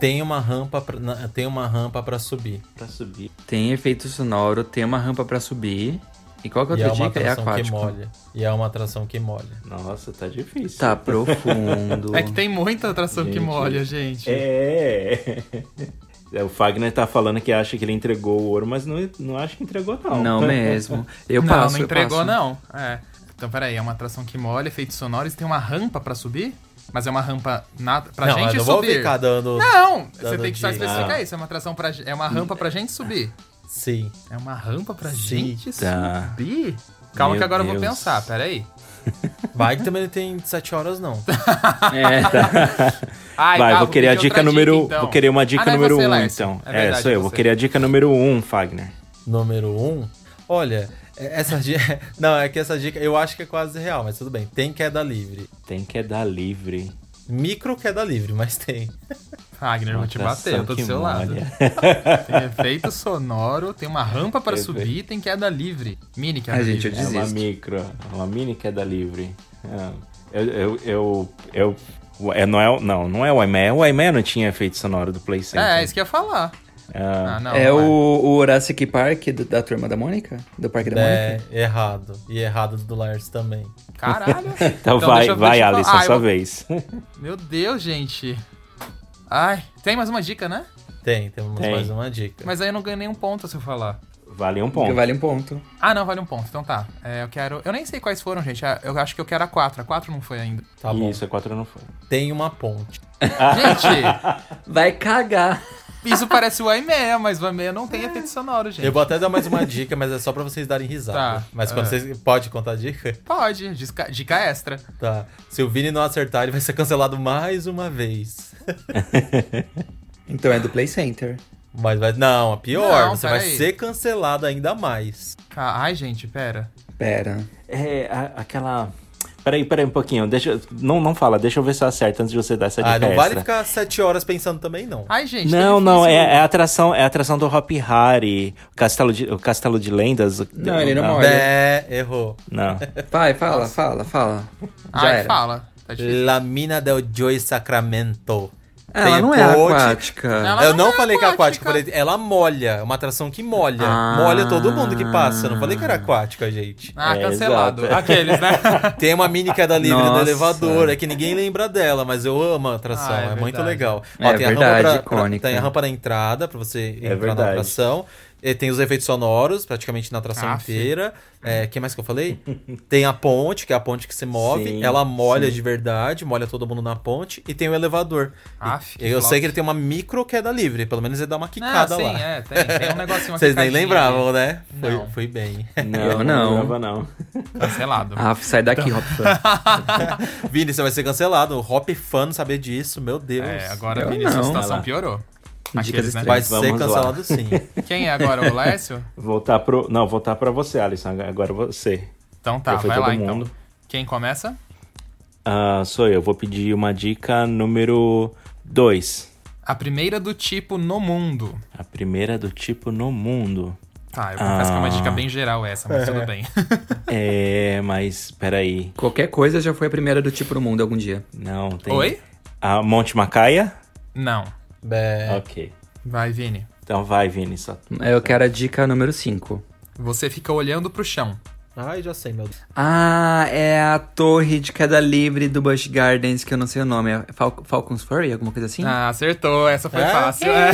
[SPEAKER 3] Tem uma rampa pra, na- tem uma rampa pra subir.
[SPEAKER 4] Pra subir.
[SPEAKER 5] Tem efeito sonoro, tem uma rampa pra subir. E qual que é
[SPEAKER 3] e
[SPEAKER 5] outra
[SPEAKER 3] é uma
[SPEAKER 5] dica? É
[SPEAKER 3] atração que
[SPEAKER 5] aquático.
[SPEAKER 3] molha. E é uma atração que molha.
[SPEAKER 4] Nossa, tá difícil.
[SPEAKER 5] Tá
[SPEAKER 2] <laughs>
[SPEAKER 5] profundo.
[SPEAKER 2] É que tem muita atração que
[SPEAKER 4] Gente.
[SPEAKER 2] molha, gente.
[SPEAKER 3] É.
[SPEAKER 4] É. É, O Fagner tá falando que acha que ele entregou o ouro, mas não, não acha que entregou, não.
[SPEAKER 5] Não mesmo. Eu
[SPEAKER 2] não,
[SPEAKER 5] passo,
[SPEAKER 2] não
[SPEAKER 5] eu
[SPEAKER 2] entregou,
[SPEAKER 5] passo.
[SPEAKER 2] não. É. Então, peraí, é uma atração que molha, efeitos sonoros, tem uma rampa pra subir? Mas é uma rampa na, pra
[SPEAKER 3] não,
[SPEAKER 2] gente
[SPEAKER 3] eu não vou
[SPEAKER 2] subir.
[SPEAKER 3] ficar dando.
[SPEAKER 2] Não, você
[SPEAKER 3] dando Ah.
[SPEAKER 2] tem que só
[SPEAKER 3] dica.
[SPEAKER 2] especificar isso. É uma atração pra gen- É uma rampa pra gente subir.
[SPEAKER 3] Sim.
[SPEAKER 2] É uma rampa pra
[SPEAKER 3] Sim,
[SPEAKER 2] gente
[SPEAKER 5] tá.
[SPEAKER 2] subir? Calma
[SPEAKER 4] Meu
[SPEAKER 2] que agora eu vou
[SPEAKER 4] Deus.
[SPEAKER 2] pensar, peraí.
[SPEAKER 3] Vai que também não tem sete horas, não.
[SPEAKER 5] É,
[SPEAKER 2] Ai,
[SPEAKER 4] <laughs> Vai,
[SPEAKER 2] ah,
[SPEAKER 4] vou querer a
[SPEAKER 2] pedir
[SPEAKER 4] dica
[SPEAKER 2] outra
[SPEAKER 4] número. um.
[SPEAKER 2] então.
[SPEAKER 4] Vou querer uma
[SPEAKER 2] Ah,
[SPEAKER 4] dica
[SPEAKER 2] não, é
[SPEAKER 4] número
[SPEAKER 2] você,
[SPEAKER 4] 1, um,
[SPEAKER 2] Lars.
[SPEAKER 4] então. É,
[SPEAKER 2] verdade,
[SPEAKER 4] sou eu.
[SPEAKER 2] é
[SPEAKER 4] Vou
[SPEAKER 2] você.
[SPEAKER 4] querer a dica número 1, um, Fagner.
[SPEAKER 3] Número Um. Olha, é- essa dica. <laughs> Não, é que essa dica eu acho que é quase real, mas tudo bem. Tem queda livre.
[SPEAKER 4] Tem que é dar livre.
[SPEAKER 3] Micro queda livre, mas tem.
[SPEAKER 2] Wagner, eu vou te bater, eu tô do
[SPEAKER 4] Atração
[SPEAKER 2] seu
[SPEAKER 4] que
[SPEAKER 2] lado.
[SPEAKER 4] molha.
[SPEAKER 2] <laughs> Tem efeito sonoro, tem uma rampa pra subir, tem queda livre. Mini queda
[SPEAKER 5] Ai, gente,
[SPEAKER 2] livre.
[SPEAKER 5] eu
[SPEAKER 4] É uma
[SPEAKER 5] Desisto.
[SPEAKER 4] micro, é uma mini queda livre. Ah, Eu, eu, eu, eu- é, não, é, o- não, não é o Aimé. O Aimé não tinha efeito sonoro do Play Center.
[SPEAKER 2] É, isso que eu ia falar.
[SPEAKER 4] Ah,
[SPEAKER 2] Ah, não,
[SPEAKER 5] é
[SPEAKER 2] não
[SPEAKER 5] o, o Horacic Park do- da turma da Mônica? Do Parque da
[SPEAKER 3] É,
[SPEAKER 5] Mônica?
[SPEAKER 3] errado. E errado do Lars também.
[SPEAKER 2] <laughs> Caralho.
[SPEAKER 4] Então, vai,
[SPEAKER 2] deixa eu-
[SPEAKER 4] vai,
[SPEAKER 2] deixa eu
[SPEAKER 4] Alisson,
[SPEAKER 2] falar. Ah, eu
[SPEAKER 4] sua
[SPEAKER 2] vou-
[SPEAKER 4] vez.
[SPEAKER 2] <laughs> Meu Deus, gente. Ai, tem mais uma dica, né?
[SPEAKER 3] Tem, temos
[SPEAKER 4] Tem.
[SPEAKER 3] mais uma dica.
[SPEAKER 2] Mas aí eu não ganho nenhum ponto se eu falar.
[SPEAKER 4] Vale um
[SPEAKER 5] Porque
[SPEAKER 4] ponto.
[SPEAKER 5] vale um ponto.
[SPEAKER 2] Ah, não, vale um ponto. Então tá. É, eu quero. Eu nem sei quais foram, gente. Ah, Eu acho que eu quero a 4. A 4 não foi ainda.
[SPEAKER 3] Tá bom.
[SPEAKER 4] Isso, a 4 não foi.
[SPEAKER 3] Tem uma ponte.
[SPEAKER 4] Ah.
[SPEAKER 2] Gente,
[SPEAKER 5] Vai cagar.
[SPEAKER 2] isso parece o Aimea, mas o Aimea não tem efeito sonoro, gente.
[SPEAKER 3] Eu vou até dar mais uma dica, mas é só pra vocês darem risada.
[SPEAKER 2] Tá.
[SPEAKER 3] Mas quando
[SPEAKER 2] É.
[SPEAKER 3] vocês. Pode contar a dica?
[SPEAKER 2] Pode, disca- dica extra.
[SPEAKER 3] Tá. Se o Vini não acertar, ele vai ser cancelado mais uma vez.
[SPEAKER 5] Então é do Play Center.
[SPEAKER 3] Mas vai. Não, a pior.
[SPEAKER 2] Não,
[SPEAKER 3] você vai
[SPEAKER 2] peraí.
[SPEAKER 3] ser cancelado ainda mais.
[SPEAKER 2] Ca- Ah, Ai, gente, pera.
[SPEAKER 5] Pera.
[SPEAKER 4] É, a- aquela. Peraí, peraí um pouquinho. Deixa, eu- não, não fala, deixa eu ver se eu acerto antes de você dar essa dica
[SPEAKER 3] Ah, não vale
[SPEAKER 4] extra.
[SPEAKER 3] ficar sete horas pensando também, não.
[SPEAKER 2] Ai, gente. tá
[SPEAKER 4] Não, não, é,
[SPEAKER 2] difícil.
[SPEAKER 4] é a atração, é a atração do Hop Harry, o Castelo de, o Castelo de Lendas. o- Ah,
[SPEAKER 5] Não, ele não morre.
[SPEAKER 3] É, errou.
[SPEAKER 4] Não.
[SPEAKER 5] Vai, fala, fala, fala. Já
[SPEAKER 2] Ai,
[SPEAKER 5] era.
[SPEAKER 2] fala. Tá difícil.
[SPEAKER 3] La Mina del Joy Sacramento.
[SPEAKER 5] Ela não é
[SPEAKER 3] ponte.
[SPEAKER 5] aquática.
[SPEAKER 2] Ela
[SPEAKER 3] eu
[SPEAKER 2] não
[SPEAKER 3] não,
[SPEAKER 2] é
[SPEAKER 3] falei que é aquática,
[SPEAKER 2] aquática.
[SPEAKER 3] falei, ela molha, é uma atração que molha.
[SPEAKER 5] Ah.
[SPEAKER 3] Molha todo mundo que passa. Eu Não falei que era aquática, gente.
[SPEAKER 2] Ah,
[SPEAKER 4] É,
[SPEAKER 2] cancelado.
[SPEAKER 4] exato.
[SPEAKER 2] Aqueles,
[SPEAKER 4] <laughs>
[SPEAKER 2] né?
[SPEAKER 3] <laughs> Tem uma mini queda livre no
[SPEAKER 5] Nossa.
[SPEAKER 3] elevador, é que ninguém lembra dela, mas eu amo a atração,
[SPEAKER 2] Ah, é
[SPEAKER 3] é, muito
[SPEAKER 2] verdade.
[SPEAKER 3] legal.
[SPEAKER 5] É
[SPEAKER 3] tem a
[SPEAKER 5] verdade,
[SPEAKER 3] rampa pra- pra,
[SPEAKER 5] icônica.
[SPEAKER 3] tem a rampa na entrada pra
[SPEAKER 2] É
[SPEAKER 3] você entrar na
[SPEAKER 4] verdade.
[SPEAKER 3] atração. E tem os efeitos sonoros, praticamente na atração
[SPEAKER 2] Aff.
[SPEAKER 3] inteira. É, que mais que eu falei? tem a ponte, que é a ponte que se move,
[SPEAKER 4] Sim,
[SPEAKER 3] ela molha de verdade, molha todo mundo na ponte e tem o elevador.
[SPEAKER 2] Aff, que
[SPEAKER 3] eu
[SPEAKER 2] flop.
[SPEAKER 3] sei que ele tem uma micro queda livre, pelo menos ele dá uma
[SPEAKER 2] Ah,
[SPEAKER 3] quicada
[SPEAKER 2] sim,
[SPEAKER 3] lá.
[SPEAKER 2] é, tem, tem um negocinho
[SPEAKER 3] <laughs>
[SPEAKER 2] uma
[SPEAKER 3] Vocês nem
[SPEAKER 2] quicadinha
[SPEAKER 3] lembravam, né?
[SPEAKER 2] Não.
[SPEAKER 3] Foi, foi
[SPEAKER 5] <laughs>
[SPEAKER 3] bem.
[SPEAKER 4] Não,
[SPEAKER 5] Eu não.
[SPEAKER 4] lembrava, não.
[SPEAKER 2] ali. Cancelado.
[SPEAKER 5] Ah, sai daqui, Hop Fan.
[SPEAKER 3] Vini, você vai ser cancelado. O Hop fã não saber disso, meu Deus.
[SPEAKER 2] É, agora,
[SPEAKER 5] Eu
[SPEAKER 2] Vini, sua
[SPEAKER 5] não.
[SPEAKER 4] Vai
[SPEAKER 2] situação
[SPEAKER 4] lá.
[SPEAKER 2] piorou.
[SPEAKER 5] Dicas
[SPEAKER 2] Aqueles, né?
[SPEAKER 5] estranhas.
[SPEAKER 3] Vai
[SPEAKER 4] Vamos
[SPEAKER 3] ser
[SPEAKER 4] lá.
[SPEAKER 3] cancelado
[SPEAKER 2] <laughs>
[SPEAKER 3] sim.
[SPEAKER 2] Quem é agora? O Lécio?
[SPEAKER 4] Voltar pro. Não, voltar pra você, Alisson. Agora você.
[SPEAKER 2] Então tá,
[SPEAKER 4] Já foi
[SPEAKER 2] vai lá
[SPEAKER 4] todo mundo.
[SPEAKER 2] então. Quem começa?
[SPEAKER 4] Ah, sou eu. Vou pedir uma dica número 2.
[SPEAKER 2] A primeira do tipo no mundo.
[SPEAKER 4] A primeira do tipo no mundo.
[SPEAKER 2] Tá, eu confesso que é uma
[SPEAKER 4] Ah.
[SPEAKER 2] dica bem geral essa, mas tudo bem. <laughs>
[SPEAKER 4] É, mas peraí.
[SPEAKER 5] Qualquer coisa já foi a primeira do tipo no mundo algum dia.
[SPEAKER 4] Não, tem.
[SPEAKER 2] Oi?
[SPEAKER 4] A Monte Macaia?
[SPEAKER 2] Não. É.
[SPEAKER 3] Bé,
[SPEAKER 4] Ok.
[SPEAKER 2] Vai, Vini.
[SPEAKER 4] Então vai, Vini. Só...
[SPEAKER 5] Eu quero a dica número 5.
[SPEAKER 2] Você fica olhando pro chão.
[SPEAKER 3] Ai, já sei, meu Deus.
[SPEAKER 5] Ah, é a torre de queda livre do Busch Gardens, que eu não sei o nome. É Fal- Falcon's Furry, alguma coisa assim?
[SPEAKER 2] Ah, acertou. Essa foi
[SPEAKER 3] É?
[SPEAKER 2] fácil. É.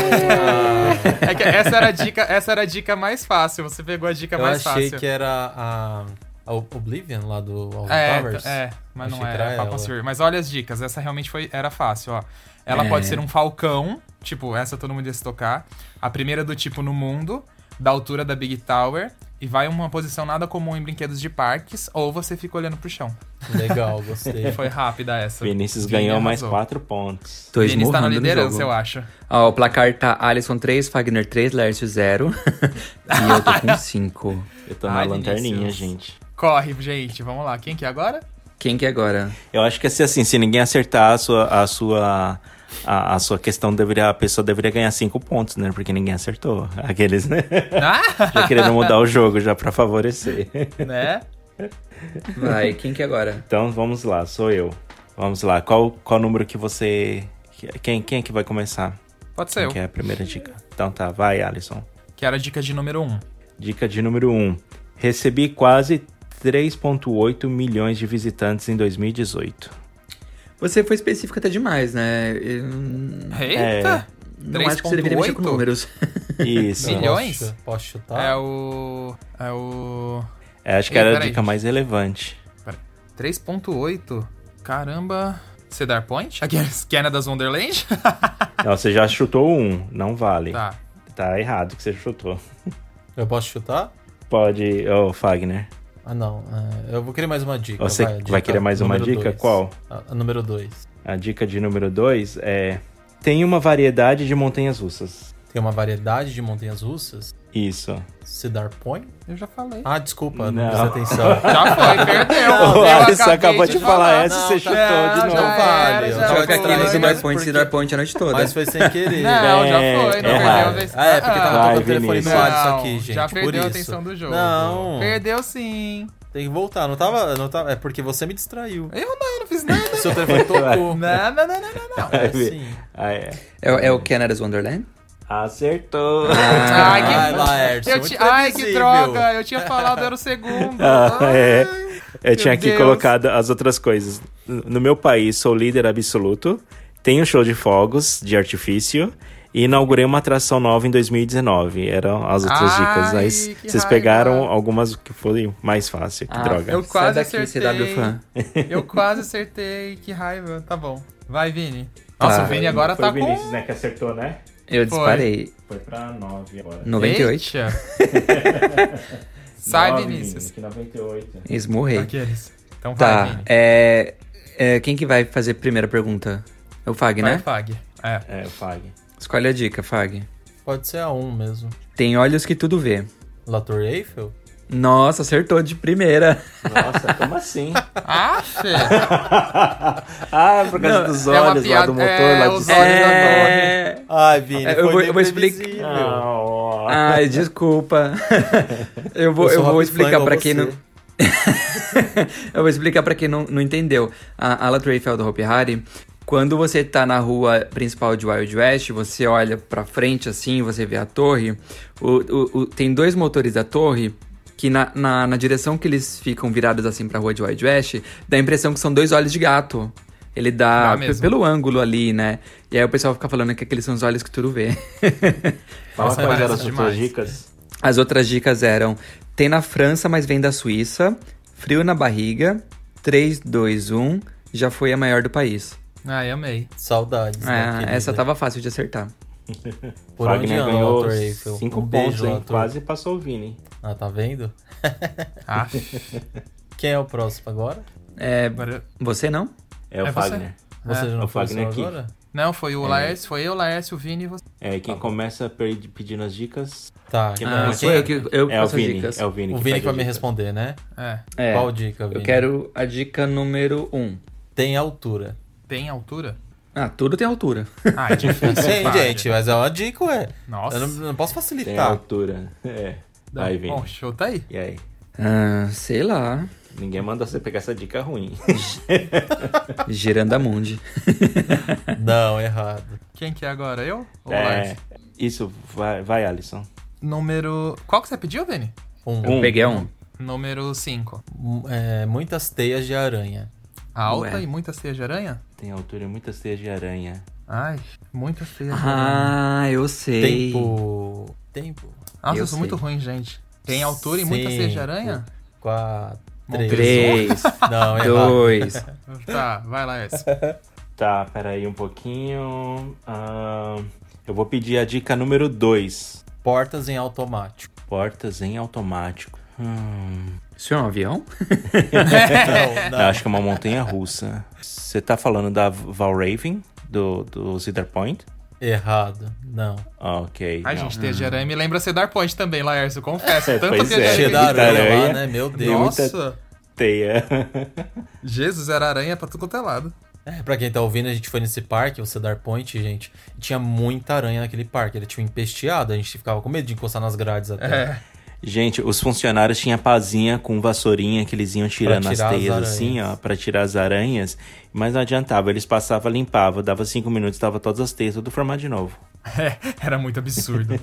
[SPEAKER 2] É que essa era a dica, essa era a dica mais fácil. Você pegou a dica
[SPEAKER 3] Eu achei
[SPEAKER 2] mais fácil.
[SPEAKER 3] que era a, a Oblivion lá do Alvin
[SPEAKER 2] É,
[SPEAKER 3] Towers.
[SPEAKER 2] t- é, mas
[SPEAKER 3] Achei
[SPEAKER 2] não
[SPEAKER 3] que era
[SPEAKER 2] era,
[SPEAKER 3] ela.
[SPEAKER 2] Falcon Fury. Mas olha as dicas, essa realmente foi, era fácil, ó. Ela
[SPEAKER 5] É.
[SPEAKER 2] pode ser um falcão, tipo, essa todo mundo ia se tocar. A primeira do tipo no mundo, da altura da Big Tower, e vai uma posição nada comum em brinquedos de parques, ou você fica olhando pro chão.
[SPEAKER 3] Legal,
[SPEAKER 2] <laughs>
[SPEAKER 3] gostei.
[SPEAKER 2] Foi rápida essa.
[SPEAKER 4] Vinícius
[SPEAKER 2] Vini
[SPEAKER 4] ganhou mais
[SPEAKER 2] arrasou.
[SPEAKER 4] 4 pontos.
[SPEAKER 5] Tô
[SPEAKER 2] Vini está tá na
[SPEAKER 5] esmurrando no
[SPEAKER 2] liderança,
[SPEAKER 5] jogo.
[SPEAKER 2] eu acho.
[SPEAKER 5] Ó, o placar tá Alisson 3, Fagner 3, Lércio 0. e eu tô com 5.
[SPEAKER 4] Eu tô na
[SPEAKER 2] Ai,
[SPEAKER 4] lanterninha,
[SPEAKER 2] Vinícius.
[SPEAKER 4] gente.
[SPEAKER 2] Corre, gente,
[SPEAKER 3] <laughs>
[SPEAKER 2] vamos lá. Quem que é agora?
[SPEAKER 5] Quem que é agora?
[SPEAKER 4] Eu acho que assim, assim, se ninguém acertar a sua, a sua a, a sua questão deveria, a pessoa deveria ganhar cinco pontos, né? Porque ninguém acertou.
[SPEAKER 2] <laughs>
[SPEAKER 4] Aqueles, né?
[SPEAKER 2] Ah!
[SPEAKER 4] já querendo mudar o jogo já pra favorecer.
[SPEAKER 2] né?
[SPEAKER 5] Vai, quem que é agora?
[SPEAKER 4] Então vamos lá, sou eu. Vamos lá, qual, qual número que você. Quem, quem é que vai começar?
[SPEAKER 2] Pode ser
[SPEAKER 4] Quem
[SPEAKER 2] eu.
[SPEAKER 4] que é a primeira dica? Então tá, vai, Alisson.
[SPEAKER 3] é?
[SPEAKER 2] Que era a dica de número um.
[SPEAKER 4] Dica de número 1. Recebi quase 3,8 milhões de visitantes em 2018.
[SPEAKER 5] Você foi específico até demais, né? Eu não-
[SPEAKER 3] É,
[SPEAKER 2] Eita!
[SPEAKER 5] não acho que você deveria mexer com
[SPEAKER 3] <laughs>
[SPEAKER 2] 3.8?
[SPEAKER 5] números.
[SPEAKER 4] Isso.
[SPEAKER 2] Milhões?
[SPEAKER 3] Posso, posso chutar?
[SPEAKER 2] É o. É o.
[SPEAKER 4] É, acho que
[SPEAKER 2] Ei,
[SPEAKER 4] era a
[SPEAKER 2] peraí.
[SPEAKER 4] dica mais relevante.
[SPEAKER 2] 3.8. Caramba. Cedar Point? Aqueles Canada's Wonderland?
[SPEAKER 4] Não, você já chutou um, não vale. Tá,
[SPEAKER 2] tá.
[SPEAKER 4] errado que você chutou.
[SPEAKER 3] Eu posso chutar?
[SPEAKER 4] Pode, ô Fagner.
[SPEAKER 3] Ah, não. é, Eu vou querer mais uma dica.
[SPEAKER 4] Você
[SPEAKER 3] a
[SPEAKER 4] vai
[SPEAKER 3] dica
[SPEAKER 4] querer mais uma
[SPEAKER 3] número
[SPEAKER 4] dica?
[SPEAKER 3] dois.
[SPEAKER 4] Qual?
[SPEAKER 3] A, a número 2.
[SPEAKER 4] A dica de número 2 é: tem uma variedade de montanhas russas.
[SPEAKER 3] Tem uma variedade de montanhas russas.
[SPEAKER 4] Isso.
[SPEAKER 3] Cedar Point?
[SPEAKER 2] Eu já falei.
[SPEAKER 3] Ah, desculpa,
[SPEAKER 4] Não.
[SPEAKER 3] não prestei atenção.
[SPEAKER 4] <laughs>
[SPEAKER 2] Já foi,
[SPEAKER 3] <laughs>
[SPEAKER 2] perdeu.
[SPEAKER 4] Ô,
[SPEAKER 2] Eu
[SPEAKER 4] Alisson
[SPEAKER 2] acabei
[SPEAKER 4] acabou de falar essa e
[SPEAKER 2] não,
[SPEAKER 4] você chutou de
[SPEAKER 2] já
[SPEAKER 4] novo.
[SPEAKER 2] era,
[SPEAKER 3] Vale,
[SPEAKER 2] já
[SPEAKER 3] eu tava
[SPEAKER 2] foi.
[SPEAKER 5] Joga aqui no
[SPEAKER 3] mas
[SPEAKER 5] Cedar Point,
[SPEAKER 3] porque-
[SPEAKER 5] Cedar Point a noite toda.
[SPEAKER 3] Mas foi sem querer.
[SPEAKER 2] Não, já
[SPEAKER 4] É,
[SPEAKER 2] foi, não
[SPEAKER 4] errado.
[SPEAKER 2] perdeu a vez.
[SPEAKER 3] Ah, é, porque tava
[SPEAKER 4] Vai,
[SPEAKER 3] tocando o telefone
[SPEAKER 4] Vinícius.
[SPEAKER 3] do Alisson aqui,
[SPEAKER 2] Não,
[SPEAKER 3] gente.
[SPEAKER 2] já
[SPEAKER 3] por
[SPEAKER 2] perdeu a
[SPEAKER 3] isso.
[SPEAKER 2] atenção do jogo.
[SPEAKER 3] Não,
[SPEAKER 2] Perdeu sim.
[SPEAKER 3] tem que voltar. Não tava, não tava. É porque você me distraiu.
[SPEAKER 2] Eu não, eu não fiz nada.
[SPEAKER 3] O seu telefone
[SPEAKER 2] não,
[SPEAKER 3] tocou.
[SPEAKER 2] não, não, não, não, não.
[SPEAKER 3] É assim.
[SPEAKER 4] Ah, é.
[SPEAKER 5] É, o- é o Canada's Wonderland?
[SPEAKER 4] Acertou!
[SPEAKER 3] Ah,
[SPEAKER 2] Ai, que-
[SPEAKER 3] Ai, Laércio,
[SPEAKER 4] é
[SPEAKER 2] Eu
[SPEAKER 3] muito
[SPEAKER 2] ti- Ai, que
[SPEAKER 3] previsível.
[SPEAKER 2] droga, eu tinha falado, era o segundo.
[SPEAKER 4] <laughs> Ah,
[SPEAKER 2] Ai.
[SPEAKER 4] é. Eu tinha
[SPEAKER 2] meu
[SPEAKER 4] aqui
[SPEAKER 2] Deus.
[SPEAKER 4] colocado as outras coisas. No meu país, sou líder absoluto, tenho show de fogos, de artifício, e inaugurei uma atração nova em 2019. Eram as outras
[SPEAKER 2] Ai,
[SPEAKER 4] dicas. Aí
[SPEAKER 2] que
[SPEAKER 4] vocês
[SPEAKER 2] raiva.
[SPEAKER 4] pegaram algumas que foi mais fácil. Que
[SPEAKER 5] Ah,
[SPEAKER 4] droga.
[SPEAKER 2] eu- quase
[SPEAKER 5] Sai daqui,
[SPEAKER 2] acertei.
[SPEAKER 5] CW
[SPEAKER 3] <laughs>
[SPEAKER 5] fã.
[SPEAKER 4] é.
[SPEAKER 2] Eu quase acertei, que raiva. Tá bom. Vai, Vini. Nossa,
[SPEAKER 5] Tá.
[SPEAKER 2] o Vini agora
[SPEAKER 4] foi
[SPEAKER 2] tá
[SPEAKER 4] o Vinícius,
[SPEAKER 2] com...
[SPEAKER 4] né, que acertou, né?
[SPEAKER 5] Eu
[SPEAKER 2] Foi.
[SPEAKER 5] disparei.
[SPEAKER 4] Foi pra 9 agora.
[SPEAKER 5] 98.
[SPEAKER 2] Eita.
[SPEAKER 4] <laughs>
[SPEAKER 2] Sai,
[SPEAKER 4] Nove,
[SPEAKER 2] Vinícius.
[SPEAKER 4] Vini, que 98.
[SPEAKER 5] Esmurrei.
[SPEAKER 2] Aqueles. Então vai,
[SPEAKER 5] Tá,
[SPEAKER 2] Vini.
[SPEAKER 5] é, é, Quem que vai fazer a primeira pergunta? É o Fag,
[SPEAKER 2] Vai,
[SPEAKER 5] né?
[SPEAKER 2] Fag. É.
[SPEAKER 4] É, o Fag.
[SPEAKER 5] Escolhe a dica, Fag.
[SPEAKER 3] Pode ser a 1 mesmo.
[SPEAKER 5] Tem olhos que tudo vê.
[SPEAKER 3] La Tour Eiffel?
[SPEAKER 5] Nossa, acertou de primeira.
[SPEAKER 4] Nossa, como assim?
[SPEAKER 2] Ah, Fê.
[SPEAKER 4] <laughs> ah, por causa dos
[SPEAKER 2] é uma
[SPEAKER 4] olhos lá
[SPEAKER 2] piada-
[SPEAKER 4] do motor,
[SPEAKER 2] é,
[SPEAKER 4] lá de
[SPEAKER 2] os
[SPEAKER 4] cima.
[SPEAKER 2] olhos da
[SPEAKER 5] É...
[SPEAKER 3] Ai, Vini,
[SPEAKER 5] Eu
[SPEAKER 3] foi
[SPEAKER 5] vou-
[SPEAKER 3] bem
[SPEAKER 5] eu vou explicar-
[SPEAKER 3] previsível.
[SPEAKER 4] Ah, ó.
[SPEAKER 3] <laughs>
[SPEAKER 5] Ai, desculpa. Eu vou,
[SPEAKER 3] Eu
[SPEAKER 5] eu
[SPEAKER 3] sou Rob
[SPEAKER 5] vou
[SPEAKER 3] Flan
[SPEAKER 5] explicar
[SPEAKER 3] igual
[SPEAKER 5] pra quem não.
[SPEAKER 3] você.
[SPEAKER 5] <laughs> eu vou explicar pra quem não, não entendeu. A Ala Trayfeld Hope Harry, quando você tá na rua principal de Wild West, você olha pra frente assim, você vê a torre. O, o- o- tem dois motores da torre que na, na, na direção que eles ficam virados assim pra rua de Wild West, dá a impressão que são dois olhos de gato. Ele dá,
[SPEAKER 2] Dá mesmo.
[SPEAKER 5] pelo ângulo ali, né? E aí o pessoal fica falando que aqueles são os olhos que tudo vê. <laughs>
[SPEAKER 4] Fala
[SPEAKER 2] Nossa,
[SPEAKER 4] quais
[SPEAKER 2] parece
[SPEAKER 4] eram as suas
[SPEAKER 2] demais.
[SPEAKER 4] dicas.
[SPEAKER 5] As outras dicas eram: tem na França, mas vem da Suíça, frio na barriga, 3, 2, 1, já foi a maior do país.
[SPEAKER 2] Ai, amei.
[SPEAKER 3] Saudades. né,
[SPEAKER 2] É,
[SPEAKER 5] Ah,
[SPEAKER 3] querida?
[SPEAKER 5] essa tava fácil de acertar.
[SPEAKER 3] Por onde
[SPEAKER 4] Fagner
[SPEAKER 3] anda
[SPEAKER 4] ganhou
[SPEAKER 3] La Tour Eiffel?
[SPEAKER 4] 5
[SPEAKER 3] Um beijo,
[SPEAKER 4] pontos,
[SPEAKER 3] La
[SPEAKER 4] hein?
[SPEAKER 3] Tour.
[SPEAKER 4] Quase passou o Vini.
[SPEAKER 3] Ah, tá vendo?
[SPEAKER 2] Ah,
[SPEAKER 3] Quem é o próximo agora?
[SPEAKER 5] É,
[SPEAKER 2] agora...
[SPEAKER 5] você não?
[SPEAKER 4] É o
[SPEAKER 2] É você.
[SPEAKER 4] Fagner.
[SPEAKER 3] Você já
[SPEAKER 4] o
[SPEAKER 3] não foi o
[SPEAKER 4] Fagner
[SPEAKER 3] seu
[SPEAKER 4] aqui.
[SPEAKER 3] agora?
[SPEAKER 2] Não, foi o Laércio, foi eu, Laércio, o Vini e você.
[SPEAKER 4] É, quem começa pedi- pedindo as dicas
[SPEAKER 3] Tá,
[SPEAKER 4] Quem
[SPEAKER 3] então
[SPEAKER 4] vai
[SPEAKER 5] Ah,
[SPEAKER 3] você-
[SPEAKER 5] sou eu que eu
[SPEAKER 4] é o
[SPEAKER 5] faço as
[SPEAKER 4] Vini.
[SPEAKER 5] dicas.
[SPEAKER 4] É o Vini
[SPEAKER 3] o
[SPEAKER 4] que
[SPEAKER 3] Vini
[SPEAKER 4] pede
[SPEAKER 3] que vai
[SPEAKER 4] a
[SPEAKER 3] me
[SPEAKER 4] dica.
[SPEAKER 3] responder, né?
[SPEAKER 2] É.
[SPEAKER 5] É,
[SPEAKER 3] Qual dica, Vini?
[SPEAKER 5] Eu quero a dica número 1.
[SPEAKER 3] Tem altura.
[SPEAKER 2] Tem altura?
[SPEAKER 5] Ah, tudo tem altura. <laughs>
[SPEAKER 2] Ah,
[SPEAKER 4] <laughs>
[SPEAKER 2] é difícil.
[SPEAKER 3] Sim,
[SPEAKER 2] Fábio.
[SPEAKER 3] gente, mas é uma dica, ué.
[SPEAKER 2] Nossa.
[SPEAKER 3] Eu não, não posso
[SPEAKER 4] Tem
[SPEAKER 3] facilitar.
[SPEAKER 4] altura. <laughs> É. Vai, Vini.
[SPEAKER 2] Bom, chuta aí.
[SPEAKER 4] E aí?
[SPEAKER 5] Ah, sei lá.
[SPEAKER 4] Ninguém manda você pegar essa dica
[SPEAKER 3] <laughs>
[SPEAKER 4] ruim. <laughs>
[SPEAKER 5] Giranda Mundi.
[SPEAKER 3] Não, errado.
[SPEAKER 2] Quem que é agora? Eu? Ou o
[SPEAKER 4] é.
[SPEAKER 2] Laércio?
[SPEAKER 4] Isso, vai, vai, Alisson.
[SPEAKER 2] Número. Qual que você pediu, Vini?
[SPEAKER 3] Um.
[SPEAKER 4] Um.
[SPEAKER 5] Peguei um.
[SPEAKER 2] Número 5.
[SPEAKER 3] M- é, muitas teias de aranha.
[SPEAKER 2] Alta
[SPEAKER 5] Ué.
[SPEAKER 2] e muita ceia de aranha?
[SPEAKER 4] Tem altura e muitas teias de aranha.
[SPEAKER 2] Ai, muita ceia de aranha.
[SPEAKER 5] Ah, eu sei.
[SPEAKER 3] Tempo. Tempo.
[SPEAKER 2] Nossa, eu, sou
[SPEAKER 5] eu sei.
[SPEAKER 2] muito ruim, gente. Tem altura e muita
[SPEAKER 3] Cinco,
[SPEAKER 2] ceia de aranha?
[SPEAKER 3] Quatro.
[SPEAKER 2] Bom,
[SPEAKER 3] Três. um.
[SPEAKER 5] Três,
[SPEAKER 3] Não, é errado. <laughs>
[SPEAKER 5] dois.
[SPEAKER 2] Tá, vai, Laércio.
[SPEAKER 4] Tá, peraí um pouquinho. Ah, eu vou pedir a dica número 2.
[SPEAKER 3] Portas em automático.
[SPEAKER 4] Portas em automático. Hum.
[SPEAKER 5] Isso é um avião?
[SPEAKER 3] Não,
[SPEAKER 4] Eu acho que é uma montanha russa. Você tá falando da Valraven, do, do Cedar Point?
[SPEAKER 3] Errado. Não.
[SPEAKER 4] Ah, Ok.
[SPEAKER 2] Ai,
[SPEAKER 4] não.
[SPEAKER 2] gente, ceia de aranha me lembra Cedar Point também, Laércio,
[SPEAKER 4] <laughs>
[SPEAKER 2] confesso.
[SPEAKER 4] É,
[SPEAKER 2] Tanta
[SPEAKER 4] pois
[SPEAKER 2] ceia de
[SPEAKER 4] é.
[SPEAKER 2] aranha.
[SPEAKER 3] Cheio da
[SPEAKER 4] muita
[SPEAKER 3] aranha lá,
[SPEAKER 4] aranha.
[SPEAKER 3] né? Meu Deus.
[SPEAKER 2] Nossa,
[SPEAKER 4] Teia.
[SPEAKER 2] Jesus, era aranha pra tudo quanto é lado. <laughs>
[SPEAKER 3] É, pra quem tá ouvindo, a gente foi nesse parque, o Cedar Point, gente. e Tinha muita aranha naquele parque. Ele tinha um empesteado, a gente ficava com medo de encostar nas grades
[SPEAKER 5] É.
[SPEAKER 3] até.
[SPEAKER 4] Gente, os funcionários tinham pazinha com vassourinha que eles iam tirando as
[SPEAKER 3] tirar as
[SPEAKER 4] teias
[SPEAKER 3] aranhas.
[SPEAKER 4] assim, ó, pra tirar as aranhas. Mas não adiantava, eles passavam, limpavam, dava cinco minutos, tava todas as teias, tudo formado de novo.
[SPEAKER 2] É, era muito absurdo.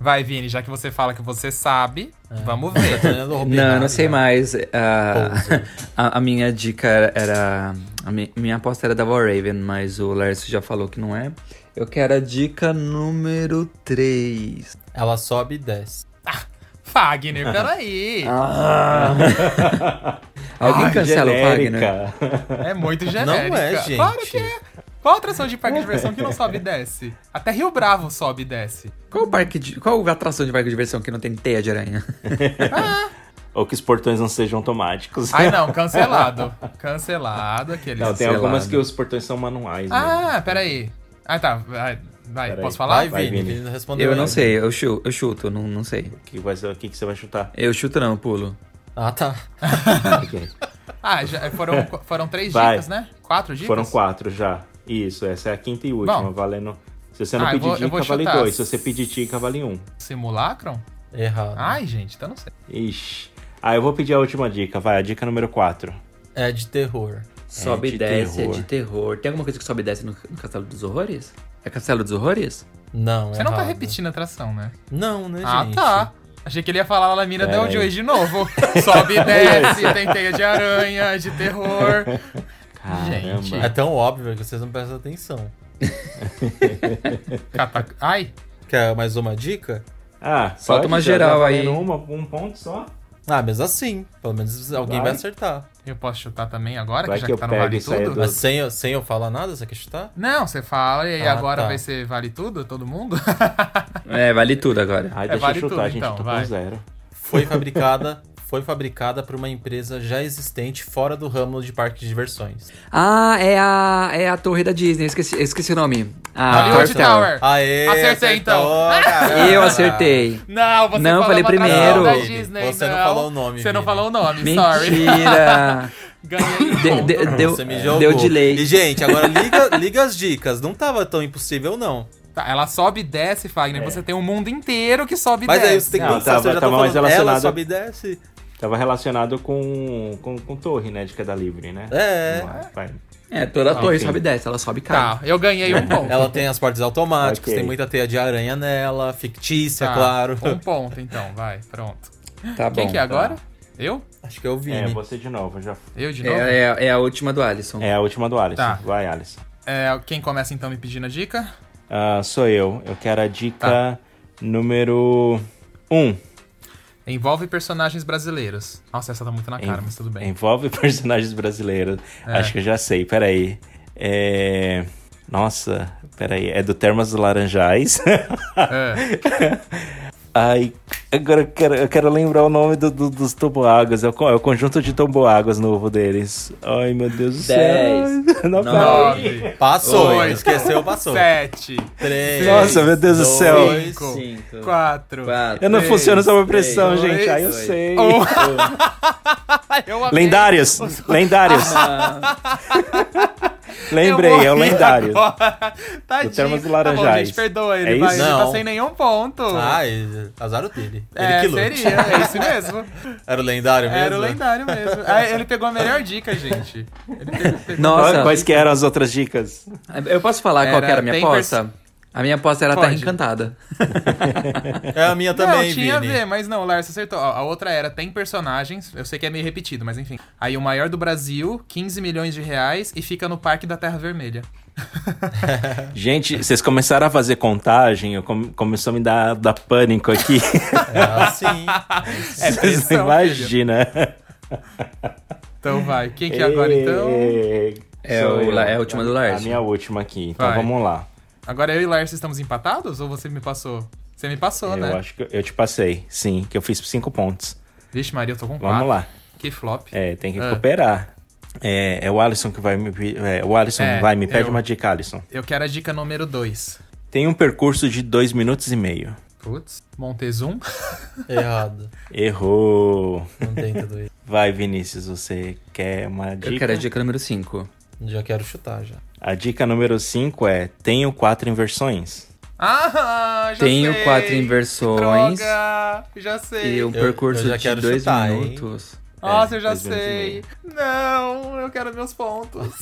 [SPEAKER 2] Vai, Vini, já que você fala que você sabe, vamos ver.
[SPEAKER 3] <laughs>
[SPEAKER 5] Não, eu não sei mais. Ah,
[SPEAKER 3] Pouso.
[SPEAKER 5] <laughs> a, a minha dica era. A mi- minha aposta era da War Raven, mas o Lércio já falou que não é. Eu quero a dica número 3.
[SPEAKER 3] Ela sobe e desce.
[SPEAKER 2] Fagner, peraí.
[SPEAKER 5] Alguém
[SPEAKER 4] Ai,
[SPEAKER 5] cancela o
[SPEAKER 3] né?
[SPEAKER 5] Fagner?
[SPEAKER 4] Ah, genérica. <laughs>
[SPEAKER 2] É muito genérico.
[SPEAKER 3] é, gente.
[SPEAKER 2] Claro que é. Qual atração de parque de diversão que não sobe e desce? Até Rio Bravo sobe e desce.
[SPEAKER 5] Qual, parque de, qual atração de parque de diversão que não tem teia de aranha?
[SPEAKER 4] Ou que os portões não sejam automáticos.
[SPEAKER 2] Ai, não, cancelado. Cancelado aquele.
[SPEAKER 4] <laughs> Não, tem
[SPEAKER 5] Cancelado.
[SPEAKER 4] algumas que os portões são manuais. né?
[SPEAKER 2] Ah, peraí. Ah, tá. Vai, vai,
[SPEAKER 4] Peraí.
[SPEAKER 2] posso falar?
[SPEAKER 3] Vai,
[SPEAKER 4] Vai,
[SPEAKER 3] Vini.
[SPEAKER 4] Vini.
[SPEAKER 3] Vini não respondeu.
[SPEAKER 4] é
[SPEAKER 5] Eu não
[SPEAKER 3] ainda.
[SPEAKER 5] sei, eu, chu- eu chuto, não, não sei.
[SPEAKER 4] Que vai ser- o que, que você vai chutar?
[SPEAKER 5] Eu chuto não, eu pulo.
[SPEAKER 3] Ah, tá.
[SPEAKER 4] Ok.
[SPEAKER 2] Ah, já,
[SPEAKER 4] <laughs>
[SPEAKER 2] foram, foram três
[SPEAKER 4] Vai.
[SPEAKER 2] dicas, né? Quatro dicas?
[SPEAKER 4] Foram quatro já. Isso, essa é a quinta e última,
[SPEAKER 2] Bom.
[SPEAKER 4] valendo. Se você não
[SPEAKER 2] Ah, eu
[SPEAKER 4] pedir
[SPEAKER 2] vou- eu
[SPEAKER 4] dica,
[SPEAKER 2] vou
[SPEAKER 4] vale
[SPEAKER 2] chutar.
[SPEAKER 4] dois. Se você pedir dica, vale um.
[SPEAKER 2] Simulacron?
[SPEAKER 3] Errado.
[SPEAKER 2] Ai, gente, então não sei.
[SPEAKER 4] Ixi. Ah, eu vou pedir a última dica, vai, a dica número 4.
[SPEAKER 3] É de terror.
[SPEAKER 5] Sobe
[SPEAKER 4] É, de
[SPEAKER 5] e desce,
[SPEAKER 4] terror.
[SPEAKER 5] é de terror. Tem alguma coisa que sobe e desce no, no Castelo dos Horrores? É Castelo dos Horrores?
[SPEAKER 3] Não,
[SPEAKER 2] Você não tá
[SPEAKER 3] errado.
[SPEAKER 2] repetindo a atração, né?
[SPEAKER 3] Não, né,
[SPEAKER 2] Ah,
[SPEAKER 3] gente?
[SPEAKER 2] tá. Achei que ele ia falar lá mina
[SPEAKER 4] Pera
[SPEAKER 2] Del
[SPEAKER 4] aí.
[SPEAKER 2] Joy de novo. <laughs> Sobe e desce, tem teia de aranha, de terror.
[SPEAKER 4] Caramba.
[SPEAKER 3] É tão óbvio que vocês não prestam atenção.
[SPEAKER 2] Cata- Ai,
[SPEAKER 3] Quer mais uma dica?
[SPEAKER 4] Ah,
[SPEAKER 5] Solta
[SPEAKER 4] pode,
[SPEAKER 5] uma
[SPEAKER 4] já
[SPEAKER 5] geral
[SPEAKER 4] tá valendo
[SPEAKER 5] aí.
[SPEAKER 4] Uma, um ponto só?
[SPEAKER 3] Ah, mas assim. Pelo menos alguém vai,
[SPEAKER 4] Vai.
[SPEAKER 3] acertar.
[SPEAKER 2] eu posso chutar também agora,
[SPEAKER 4] Vai
[SPEAKER 2] que já que
[SPEAKER 4] que eu
[SPEAKER 2] tá no
[SPEAKER 4] pego
[SPEAKER 2] Vale
[SPEAKER 4] e saio
[SPEAKER 2] Tudo?
[SPEAKER 4] do-
[SPEAKER 3] Mas sem, eu- sem eu falar nada, você quer chutar?
[SPEAKER 2] Não, você fala e aí
[SPEAKER 3] Ah,
[SPEAKER 2] agora
[SPEAKER 3] tá.
[SPEAKER 2] vai ser Vale Tudo, todo mundo?
[SPEAKER 5] É, vale tudo agora.
[SPEAKER 4] Ai, deixa
[SPEAKER 2] vale
[SPEAKER 4] eu chutar,
[SPEAKER 2] tudo,
[SPEAKER 4] gente,
[SPEAKER 2] então,
[SPEAKER 4] eu tô
[SPEAKER 2] vai.
[SPEAKER 4] com zero.
[SPEAKER 3] Foi fabricada, <laughs> foi fabricada por uma empresa já existente fora do ramo de parque de diversões.
[SPEAKER 5] Ah, é a, é a torre da Disney, esqueci, esqueci o nome. A
[SPEAKER 2] <laughs> Hollywood Tower.
[SPEAKER 5] Ah.
[SPEAKER 3] Aê!
[SPEAKER 2] Acertei, então.
[SPEAKER 3] acertou,
[SPEAKER 2] <laughs>
[SPEAKER 3] cara.
[SPEAKER 5] Eu acertei.
[SPEAKER 2] Não, você
[SPEAKER 5] Não, eu
[SPEAKER 2] falou
[SPEAKER 5] falei
[SPEAKER 2] uma
[SPEAKER 5] primeiro.
[SPEAKER 2] atração da
[SPEAKER 3] Vini,
[SPEAKER 2] Disney,
[SPEAKER 3] você não falou o nome,
[SPEAKER 2] Você não
[SPEAKER 3] Vini.
[SPEAKER 2] falou o nome, Ah, sorry.
[SPEAKER 5] <laughs> Mentira!
[SPEAKER 2] Ganhei.
[SPEAKER 5] De- de- deu,
[SPEAKER 3] Você me jogou.
[SPEAKER 5] deu delay.
[SPEAKER 3] E, gente, agora liga, liga as dicas. Não tava tão impossível, não.
[SPEAKER 2] Tá, ela sobe e desce, Fagner.
[SPEAKER 4] É.
[SPEAKER 2] Você tem um mundo inteiro que sobe e
[SPEAKER 3] Mas aí
[SPEAKER 2] desce.
[SPEAKER 3] você tem que
[SPEAKER 4] Não,
[SPEAKER 3] pensar,
[SPEAKER 4] tava-
[SPEAKER 3] você já tá
[SPEAKER 4] tava mais
[SPEAKER 3] falando, ela
[SPEAKER 4] relacionado.
[SPEAKER 3] sobe e desce.
[SPEAKER 4] Tava relacionado com, com, com torre, né, de queda livre, né?
[SPEAKER 3] É.
[SPEAKER 4] Vai, vai.
[SPEAKER 5] É, toda a torre
[SPEAKER 4] enfim.
[SPEAKER 5] sobe e desce, ela sobe e cai.
[SPEAKER 2] Tá, eu ganhei
[SPEAKER 3] <laughs>
[SPEAKER 2] um ponto.
[SPEAKER 3] Ela tem as portas automáticas,
[SPEAKER 4] Ok.
[SPEAKER 3] tem muita teia de aranha nela, fictícia,
[SPEAKER 2] Tá,
[SPEAKER 3] é claro.
[SPEAKER 2] Um ponto, então, vai, pronto.
[SPEAKER 5] Tá, bom.
[SPEAKER 2] Quem que é agora? Eu?
[SPEAKER 3] <laughs> Acho que é o Vini.
[SPEAKER 4] É, você de novo, já...
[SPEAKER 2] Eu de
[SPEAKER 5] É,
[SPEAKER 2] novo?
[SPEAKER 5] é a- é a última do Alisson.
[SPEAKER 4] É a última do Alisson.
[SPEAKER 2] Tá.
[SPEAKER 4] Vai, Alisson.
[SPEAKER 2] É, quem começa então me pedindo a dica?
[SPEAKER 4] Ah, sou eu. Eu quero a
[SPEAKER 2] Tá.
[SPEAKER 4] dica número 1. Um.
[SPEAKER 2] Envolve personagens brasileiros. Nossa, essa tá muito na cara, mas tudo bem. É.
[SPEAKER 4] Envolve <laughs> personagens brasileiros. Acho que eu já sei, peraí. É... Nossa, peraí. É do Termas dos Laranjais.
[SPEAKER 2] É.
[SPEAKER 4] <laughs> Ai, agora eu quero, eu quero lembrar o nome do- do- dos toboáguas. É o, co- é o conjunto de toboáguas novo deles. Ai, meu Deus do céu. <laughs>
[SPEAKER 5] Dez,
[SPEAKER 4] Não,
[SPEAKER 5] nove,
[SPEAKER 4] peraí.
[SPEAKER 2] Nove.
[SPEAKER 3] Passou,
[SPEAKER 2] Oito.
[SPEAKER 3] esqueceu, passou.
[SPEAKER 2] Sete.
[SPEAKER 3] Três,
[SPEAKER 4] Nossa, meu Deus do céu.
[SPEAKER 3] dois,
[SPEAKER 2] Cinco.
[SPEAKER 5] Cinco,
[SPEAKER 2] Quatro.
[SPEAKER 5] quatro,
[SPEAKER 4] Eu não
[SPEAKER 2] Três, Oh.
[SPEAKER 4] funciono sob a pressão,
[SPEAKER 2] dois,
[SPEAKER 4] gente. Ai, eu
[SPEAKER 5] dois.
[SPEAKER 4] sei.
[SPEAKER 5] <laughs>
[SPEAKER 2] Eu amei. <laughs>
[SPEAKER 4] Lendários! Lendários!
[SPEAKER 5] Ah.
[SPEAKER 2] Eu
[SPEAKER 4] Lembrei, é o
[SPEAKER 2] morri
[SPEAKER 4] lendário.
[SPEAKER 2] <laughs> agora. Tadinho.
[SPEAKER 4] Termas do
[SPEAKER 2] Tá bom,
[SPEAKER 4] Laranjais.
[SPEAKER 2] gente, perdoa ele,
[SPEAKER 4] É
[SPEAKER 2] vai.
[SPEAKER 4] isso?
[SPEAKER 2] Ele tá
[SPEAKER 3] Não.
[SPEAKER 2] sem nenhum ponto.
[SPEAKER 3] Ai, Ah, azar o dele. Ele
[SPEAKER 2] é,
[SPEAKER 3] que lute.
[SPEAKER 2] seria, é isso mesmo.
[SPEAKER 3] <laughs> Era o lendário mesmo?
[SPEAKER 2] Era o lendário mesmo. Ah, ele pegou a melhor dica, gente. Ele pegou, pegou-
[SPEAKER 5] Nossa,
[SPEAKER 4] Quais que eram as outras dicas?
[SPEAKER 5] eu posso falar qual
[SPEAKER 2] Era-
[SPEAKER 5] que era a minha
[SPEAKER 2] tem
[SPEAKER 5] aposta? A minha aposta era a
[SPEAKER 2] Pode.
[SPEAKER 5] Terra Encantada.
[SPEAKER 3] É a minha também,
[SPEAKER 2] não, tinha
[SPEAKER 3] Vini.
[SPEAKER 2] a ver, mas não, o Lars acertou. Ó, A outra era, tem personagens, eu sei que é meio repetido, mas enfim. Aí o maior do Brasil, 15 milhões de reais e fica no Parque da Terra Vermelha.
[SPEAKER 4] Gente, vocês começaram a fazer contagem, eu come- começou a me dar, dar pânico aqui.
[SPEAKER 3] É assim.
[SPEAKER 2] <laughs> É
[SPEAKER 4] Vocês não
[SPEAKER 2] pressão, filho.
[SPEAKER 4] imaginam.
[SPEAKER 2] Então vai, quem que é agora então?
[SPEAKER 5] É
[SPEAKER 4] Sou
[SPEAKER 5] o
[SPEAKER 4] eu.
[SPEAKER 5] la- é a última do Lars.
[SPEAKER 4] A minha última aqui, então
[SPEAKER 2] Vai.
[SPEAKER 4] vamos lá.
[SPEAKER 2] Agora eu e o Lars estamos empatados ou você me passou? Você me passou, né?
[SPEAKER 4] Eu acho que eu te passei, sim, que eu fiz cinco pontos.
[SPEAKER 2] Vixe Maria, eu tô com quatro.
[SPEAKER 4] Vamos lá.
[SPEAKER 2] Que flop.
[SPEAKER 4] É, tem que
[SPEAKER 2] Ah.
[SPEAKER 4] recuperar. É, é o Alisson que vai me. pe- É, o Alisson
[SPEAKER 2] É,
[SPEAKER 4] vai, me pede
[SPEAKER 2] eu.
[SPEAKER 4] uma dica, Alisson.
[SPEAKER 2] Eu quero a dica número 2.
[SPEAKER 4] Tem um percurso de dois minutos e meio.
[SPEAKER 2] Putz, Montezum. <laughs>
[SPEAKER 3] Errado.
[SPEAKER 4] Errou.
[SPEAKER 3] Não tem tudo isso.
[SPEAKER 4] Vai, Vinícius, você quer uma dica?
[SPEAKER 5] Eu quero a dica número 5.
[SPEAKER 3] Já quero chutar já.
[SPEAKER 4] A dica número 5 é: tenho quatro inversões.
[SPEAKER 2] Ah, já
[SPEAKER 5] Tenho
[SPEAKER 2] sei.
[SPEAKER 5] quatro inversões.
[SPEAKER 2] Droga, já sei.
[SPEAKER 5] E um
[SPEAKER 3] Eu-
[SPEAKER 5] percurso
[SPEAKER 3] eu já
[SPEAKER 5] de
[SPEAKER 3] quero
[SPEAKER 5] dois
[SPEAKER 3] chutar, hein?
[SPEAKER 5] É, minutos.
[SPEAKER 2] Nossa, eu Ah, já
[SPEAKER 4] dois minutos e
[SPEAKER 2] sei.
[SPEAKER 4] meio.
[SPEAKER 2] Não, eu quero meus
[SPEAKER 5] <laughs>
[SPEAKER 2] pontos.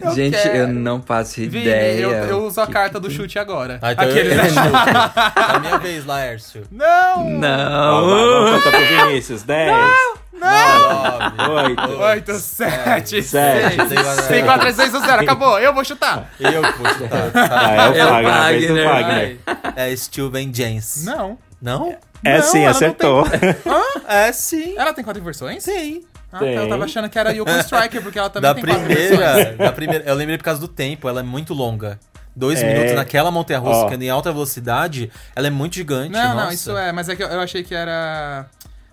[SPEAKER 2] Eu
[SPEAKER 5] Gente,
[SPEAKER 2] quero.
[SPEAKER 5] eu não faço
[SPEAKER 2] Vini,
[SPEAKER 5] ideia.
[SPEAKER 2] eu, eu
[SPEAKER 5] o
[SPEAKER 2] uso a
[SPEAKER 5] que-
[SPEAKER 2] carta do chute agora.
[SPEAKER 3] Ah, então
[SPEAKER 2] Aquele- <laughs>
[SPEAKER 3] eu... é a minha vez, Laércio.
[SPEAKER 2] Não!
[SPEAKER 5] Hum.
[SPEAKER 2] Ah.
[SPEAKER 4] Ó,
[SPEAKER 5] Não!
[SPEAKER 4] vai, Vamos contar pro Vinícius. 10,
[SPEAKER 3] Nove,
[SPEAKER 4] Oito.
[SPEAKER 3] oito,
[SPEAKER 2] 8,
[SPEAKER 3] seis,
[SPEAKER 2] 7,
[SPEAKER 4] 7,
[SPEAKER 3] seis,
[SPEAKER 2] 5, 4, 3, 2, 0. Acabou, eu vou chutar.
[SPEAKER 3] E eu que vou chutar.
[SPEAKER 2] <laughs>
[SPEAKER 4] Ah, é o
[SPEAKER 5] É o
[SPEAKER 4] Wagner, a vez do
[SPEAKER 5] Wagner.
[SPEAKER 4] Wagner.
[SPEAKER 3] É Steven James.
[SPEAKER 2] Não.
[SPEAKER 3] Não?
[SPEAKER 4] É
[SPEAKER 2] Não,
[SPEAKER 4] sim,
[SPEAKER 2] ela não
[SPEAKER 4] acertou. <laughs>
[SPEAKER 3] É sim.
[SPEAKER 2] Ela tem quatro inversões?
[SPEAKER 3] Sim.
[SPEAKER 2] Ah, tá, eu
[SPEAKER 4] Tem.
[SPEAKER 2] tava achando que era Yoko Striker, porque ela também
[SPEAKER 3] Da
[SPEAKER 2] tem quatro inversões.
[SPEAKER 3] primeira, da primeira. Eu lembrei por causa do tempo, ela é muito longa. Dois
[SPEAKER 4] É.
[SPEAKER 3] minutos naquela montanha russa,
[SPEAKER 4] Ó.
[SPEAKER 3] que anda em alta velocidade, ela é muito gigante.
[SPEAKER 2] Não,
[SPEAKER 3] nossa.
[SPEAKER 2] não, isso é, mas é que eu, eu achei que era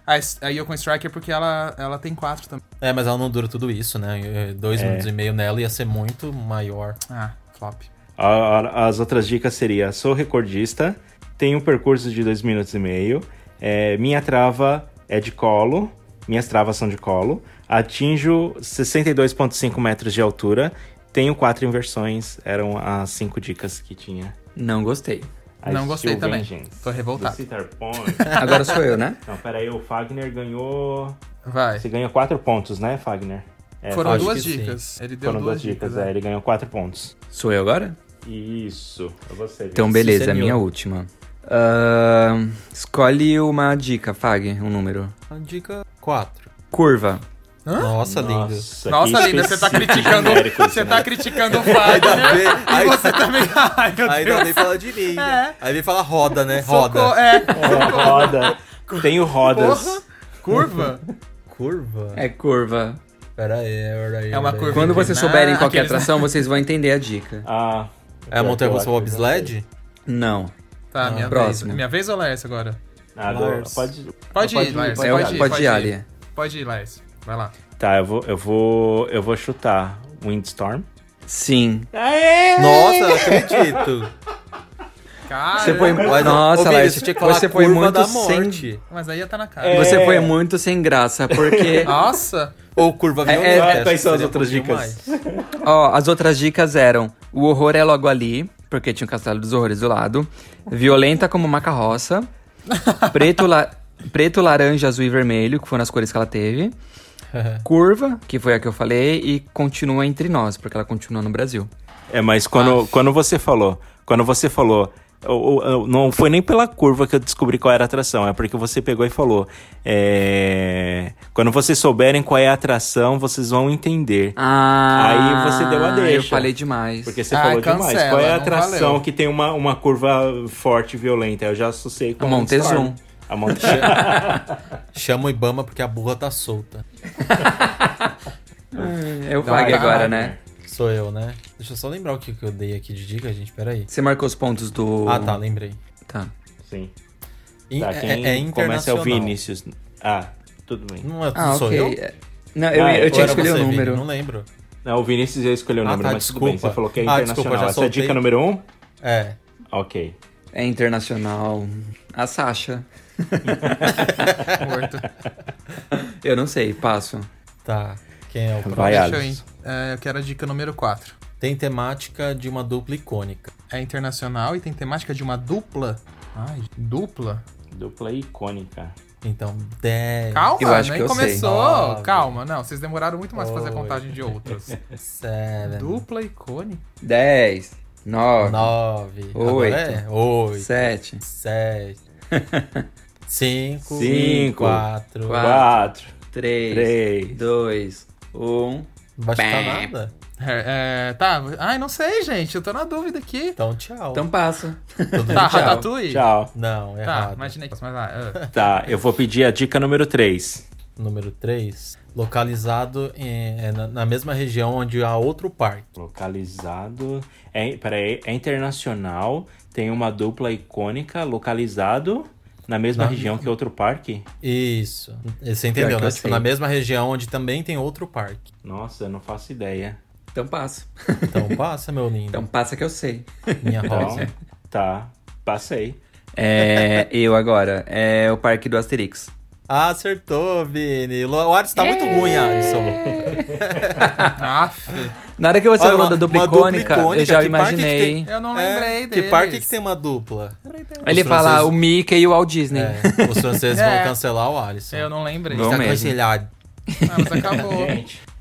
[SPEAKER 2] a, S- a Yoko Striker, porque ela, ela tem quatro também.
[SPEAKER 3] É, mas ela não dura tudo isso, né? Eh, Dois
[SPEAKER 2] É.
[SPEAKER 3] minutos e meio nela ia ser muito maior.
[SPEAKER 2] Ah, flop.
[SPEAKER 4] A- a- As outras dicas seriam: sou recordista, tenho um percurso de 2 minutos e meio, é, minha trava é de colo, minhas travas são de colo, atinjo 62,5 metros de altura, tenho quatro inversões, eram as cinco dicas que tinha.
[SPEAKER 5] Não gostei.
[SPEAKER 4] A
[SPEAKER 2] Não gostei
[SPEAKER 4] Steel
[SPEAKER 2] também.
[SPEAKER 4] Vengeance,
[SPEAKER 2] Tô revoltado.
[SPEAKER 4] do Cedar Point.
[SPEAKER 5] Agora sou eu, né?
[SPEAKER 4] Não, peraí, o Fagner ganhou.
[SPEAKER 2] Vai.
[SPEAKER 4] Você ganhou quatro pontos, né, Fagner? É,
[SPEAKER 2] Foram
[SPEAKER 3] acho
[SPEAKER 2] duas
[SPEAKER 3] que sim.
[SPEAKER 2] dicas. Ele deu
[SPEAKER 4] foram
[SPEAKER 2] duas dicas,
[SPEAKER 4] é. Ele ganhou quatro pontos.
[SPEAKER 5] <laughs> Sou eu agora?
[SPEAKER 4] Isso, é você.
[SPEAKER 3] um
[SPEAKER 5] Então,
[SPEAKER 4] Vinícius.
[SPEAKER 5] beleza,
[SPEAKER 3] senhor.
[SPEAKER 5] minha última. Ahn, escolhe uma dica, Fag, um número.
[SPEAKER 3] A dica 4.
[SPEAKER 5] Curva.
[SPEAKER 3] Nossa, lindo.
[SPEAKER 4] Nossa,
[SPEAKER 2] Nossa,
[SPEAKER 4] que
[SPEAKER 2] linda, você tá
[SPEAKER 4] específico
[SPEAKER 2] criticando.
[SPEAKER 4] genérico isso,
[SPEAKER 2] Você
[SPEAKER 4] né?
[SPEAKER 2] tá criticando
[SPEAKER 3] <laughs>
[SPEAKER 2] o Fagner.
[SPEAKER 3] Vê,
[SPEAKER 2] <laughs> E
[SPEAKER 3] aí-
[SPEAKER 2] você também. Ai, meu
[SPEAKER 3] Aí
[SPEAKER 2] Deus. É.
[SPEAKER 3] não vem falar de linha. Aí vem falar roda, né? Roda.
[SPEAKER 2] Socorro, É.
[SPEAKER 4] É, roda. Tenho rodas.
[SPEAKER 2] Porra. Curva?
[SPEAKER 3] Curva?
[SPEAKER 5] É curva.
[SPEAKER 3] Pera aí, pera aí.
[SPEAKER 2] É uma
[SPEAKER 3] pera aí.
[SPEAKER 2] curva.
[SPEAKER 5] Quando vocês souberem qual que é a
[SPEAKER 2] aqueles-
[SPEAKER 5] atração, vocês vão ententer a dica.
[SPEAKER 4] Ah,
[SPEAKER 3] É a montanha russa bobsled?
[SPEAKER 5] Não.
[SPEAKER 2] Tá, minha
[SPEAKER 5] próximo.
[SPEAKER 2] vez. Minha vez ou Laércio agora?
[SPEAKER 4] Ah, agora-
[SPEAKER 3] Lars.
[SPEAKER 4] pode.
[SPEAKER 2] Pode
[SPEAKER 5] Pode
[SPEAKER 2] ir,
[SPEAKER 5] ir,
[SPEAKER 2] Laércio.
[SPEAKER 5] pode ir, pode ir, Ali.
[SPEAKER 2] Pode ir, Laércio. Vai lá.
[SPEAKER 4] Tá, eu vou, eu vou, eu vou chutar Windstorm.
[SPEAKER 5] Sim.
[SPEAKER 3] Nossa, eu <laughs> acredito.
[SPEAKER 2] Cara,
[SPEAKER 5] Você foi.
[SPEAKER 3] Mas,
[SPEAKER 5] Nossa,
[SPEAKER 3] ô, Vini,
[SPEAKER 5] Laércio,
[SPEAKER 3] você tinha que falar
[SPEAKER 5] você foi
[SPEAKER 3] curva
[SPEAKER 5] muito
[SPEAKER 3] da
[SPEAKER 5] sem.
[SPEAKER 3] morte.
[SPEAKER 2] mas aí ia tá na cara.
[SPEAKER 5] Você foi muito sem graça, <laughs> porque.
[SPEAKER 2] Nossa!
[SPEAKER 3] Ou curva violenta.
[SPEAKER 5] é-
[SPEAKER 3] acho que
[SPEAKER 4] quais são as
[SPEAKER 3] seria um
[SPEAKER 4] outras
[SPEAKER 3] pouquinho
[SPEAKER 4] dicas?
[SPEAKER 3] mais.
[SPEAKER 5] Ó, as outras dicas eram: o horror é logo ali, porque tinha o castelo dos horrores do lado, violenta como uma carroça, preto, la- preto, laranja, azul e vermelho, que foram as cores que ela teve, curva, que foi a que eu falei, e continua entre nós, porque ela continua no Brasil.
[SPEAKER 4] É, mas quando, quando você falou, quando você falou, eu- eu- eu- não foi nem pela curva que eu descobri qual era a atração, é porque você pegou e falou, é, quando vocês souberem qual é a atração, vocês vão entender.
[SPEAKER 5] Ah,
[SPEAKER 4] Aí você deu a deixa.
[SPEAKER 5] Eu falei demais.
[SPEAKER 4] Porque você
[SPEAKER 2] Ah,
[SPEAKER 4] falou demais.
[SPEAKER 2] cancela,
[SPEAKER 4] Qual é
[SPEAKER 2] não
[SPEAKER 4] a atração
[SPEAKER 2] valeu.
[SPEAKER 4] que tem uma, uma curva forte e violenta? Eu já associei com
[SPEAKER 5] A Montezum.
[SPEAKER 4] Storm. A Montezum.
[SPEAKER 2] <laughs>
[SPEAKER 3] Chama o Ibama porque a burra tá solta.
[SPEAKER 5] Eu vague
[SPEAKER 2] Vai,
[SPEAKER 5] agora,
[SPEAKER 2] vai.
[SPEAKER 5] né?
[SPEAKER 3] Sou eu, né? Deixa eu só lembrar o que que eu dei aqui de dica, gente. Pera aí.
[SPEAKER 5] Você marcou os pontos do.
[SPEAKER 3] Ah, tá, lembrei.
[SPEAKER 5] Tá.
[SPEAKER 4] Sim.
[SPEAKER 3] In-
[SPEAKER 4] Tá, quem começa é o Vinícius. Ah, tudo bem.
[SPEAKER 3] Não é,
[SPEAKER 5] Ah,
[SPEAKER 3] sou
[SPEAKER 5] ok.
[SPEAKER 3] eu?
[SPEAKER 5] É- Não, eu,
[SPEAKER 4] Ah,
[SPEAKER 5] eu tinha
[SPEAKER 3] Ou era
[SPEAKER 5] que escolher
[SPEAKER 3] você,
[SPEAKER 5] o
[SPEAKER 3] Vini?
[SPEAKER 5] número.
[SPEAKER 3] Não lembro.
[SPEAKER 4] Não, o Vinícius ia escolher o
[SPEAKER 3] Ah,
[SPEAKER 4] número,
[SPEAKER 3] tá,
[SPEAKER 4] mas tudo bem.
[SPEAKER 3] desculpa.
[SPEAKER 4] Você falou que é
[SPEAKER 3] Ah,
[SPEAKER 4] internacional.
[SPEAKER 3] desculpa, já
[SPEAKER 4] Essa é a
[SPEAKER 3] soltei.
[SPEAKER 4] dica número um?
[SPEAKER 3] É.
[SPEAKER 4] Ok.
[SPEAKER 5] É internacional.
[SPEAKER 3] <laughs>
[SPEAKER 5] A Sasha.
[SPEAKER 2] Morto.
[SPEAKER 5] Eu não sei, passo.
[SPEAKER 3] Tá. Quem é o próximo?
[SPEAKER 4] Vai,
[SPEAKER 2] Deixa eu
[SPEAKER 4] Alex.
[SPEAKER 2] ir. É, eu quero a dica número 4.
[SPEAKER 3] Tem temática de uma dupla icônica.
[SPEAKER 2] É internacional e tem temática de uma dupla. Ai, dupla?
[SPEAKER 4] Dupla icônica.
[SPEAKER 3] Então, 10.
[SPEAKER 2] Calma,
[SPEAKER 5] Eu acho
[SPEAKER 2] nem
[SPEAKER 5] que eu sei.
[SPEAKER 2] começou.
[SPEAKER 3] Nove.
[SPEAKER 2] Calma, não. Vocês demoraram muito mais pra fazer a
[SPEAKER 3] Oito.
[SPEAKER 2] contagem
[SPEAKER 3] <laughs>
[SPEAKER 2] de outras.
[SPEAKER 3] 7.
[SPEAKER 2] dupla icônica.
[SPEAKER 5] 10, 9,
[SPEAKER 3] 9.
[SPEAKER 5] Oito.
[SPEAKER 3] é? 8.
[SPEAKER 5] 7.
[SPEAKER 4] <laughs>
[SPEAKER 3] 7. 5.
[SPEAKER 4] Cinco.
[SPEAKER 3] 4.
[SPEAKER 4] Quatro,
[SPEAKER 5] 3,
[SPEAKER 4] três.
[SPEAKER 5] 2, 1.
[SPEAKER 3] Não vai chutar
[SPEAKER 5] Bam.
[SPEAKER 3] tá nada?
[SPEAKER 2] É, é, tá, ai, não sei, gente. Eu tô na dúvida aqui.
[SPEAKER 3] Então, tchau.
[SPEAKER 5] Então passa.
[SPEAKER 3] Tudo
[SPEAKER 2] Tá,
[SPEAKER 3] É, tchau.
[SPEAKER 2] Ratatouille?
[SPEAKER 4] Tchau.
[SPEAKER 3] Não,
[SPEAKER 2] Tá,
[SPEAKER 3] errado.
[SPEAKER 2] imaginei que. Mas, ah,
[SPEAKER 4] Tá, eu vou pedir a dica número 3.
[SPEAKER 3] Número 3. Localizado em- é na, na mesma região onde há outro parque.
[SPEAKER 4] Localizado. É, peraí, é internacional. Tem uma dupla icônica localizado na mesma
[SPEAKER 3] Na-
[SPEAKER 4] região que outro parque?
[SPEAKER 3] Isso. E Você
[SPEAKER 4] É,
[SPEAKER 5] Pior
[SPEAKER 3] entendeu,
[SPEAKER 5] que
[SPEAKER 4] tá
[SPEAKER 3] né?
[SPEAKER 5] eu
[SPEAKER 3] Tipo,
[SPEAKER 5] sei.
[SPEAKER 3] na mesma região onde também tem outro parque.
[SPEAKER 4] Nossa, eu não faço ideia.
[SPEAKER 5] Então passa.
[SPEAKER 4] <laughs>
[SPEAKER 3] Então passa, meu lindo.
[SPEAKER 5] <laughs> Então passa que eu sei.
[SPEAKER 3] Minha
[SPEAKER 4] Então,
[SPEAKER 3] rosa.
[SPEAKER 4] tá. Passei.
[SPEAKER 5] É, eu agora. É o Parque do Asterix.
[SPEAKER 3] Acertou, Vini. O Alisson tá muito ruim, Alisson.
[SPEAKER 2] é. Aff,
[SPEAKER 5] Na hora que você
[SPEAKER 3] Olha,
[SPEAKER 5] falou
[SPEAKER 3] uma-
[SPEAKER 5] da dupla
[SPEAKER 3] uma dupla
[SPEAKER 5] icônica, eu
[SPEAKER 3] icônica,
[SPEAKER 5] já
[SPEAKER 3] que parque que
[SPEAKER 5] imaginei.
[SPEAKER 3] tem?
[SPEAKER 2] eu não
[SPEAKER 3] É,
[SPEAKER 2] lembrei
[SPEAKER 3] que
[SPEAKER 2] dele.
[SPEAKER 3] parque que tem uma dupla?
[SPEAKER 5] Ele
[SPEAKER 3] Os
[SPEAKER 5] fala
[SPEAKER 3] franceses-
[SPEAKER 5] o Mickey e o Walt Disney.
[SPEAKER 3] É, os
[SPEAKER 2] <laughs>
[SPEAKER 3] franceses
[SPEAKER 2] É.
[SPEAKER 3] vão cancelar o Alisson.
[SPEAKER 2] Eu não lembrei.
[SPEAKER 5] Vamos.
[SPEAKER 3] Tá
[SPEAKER 5] mesmo.
[SPEAKER 3] cancelado.
[SPEAKER 2] Ah,
[SPEAKER 3] <laughs>
[SPEAKER 2] mas acabou.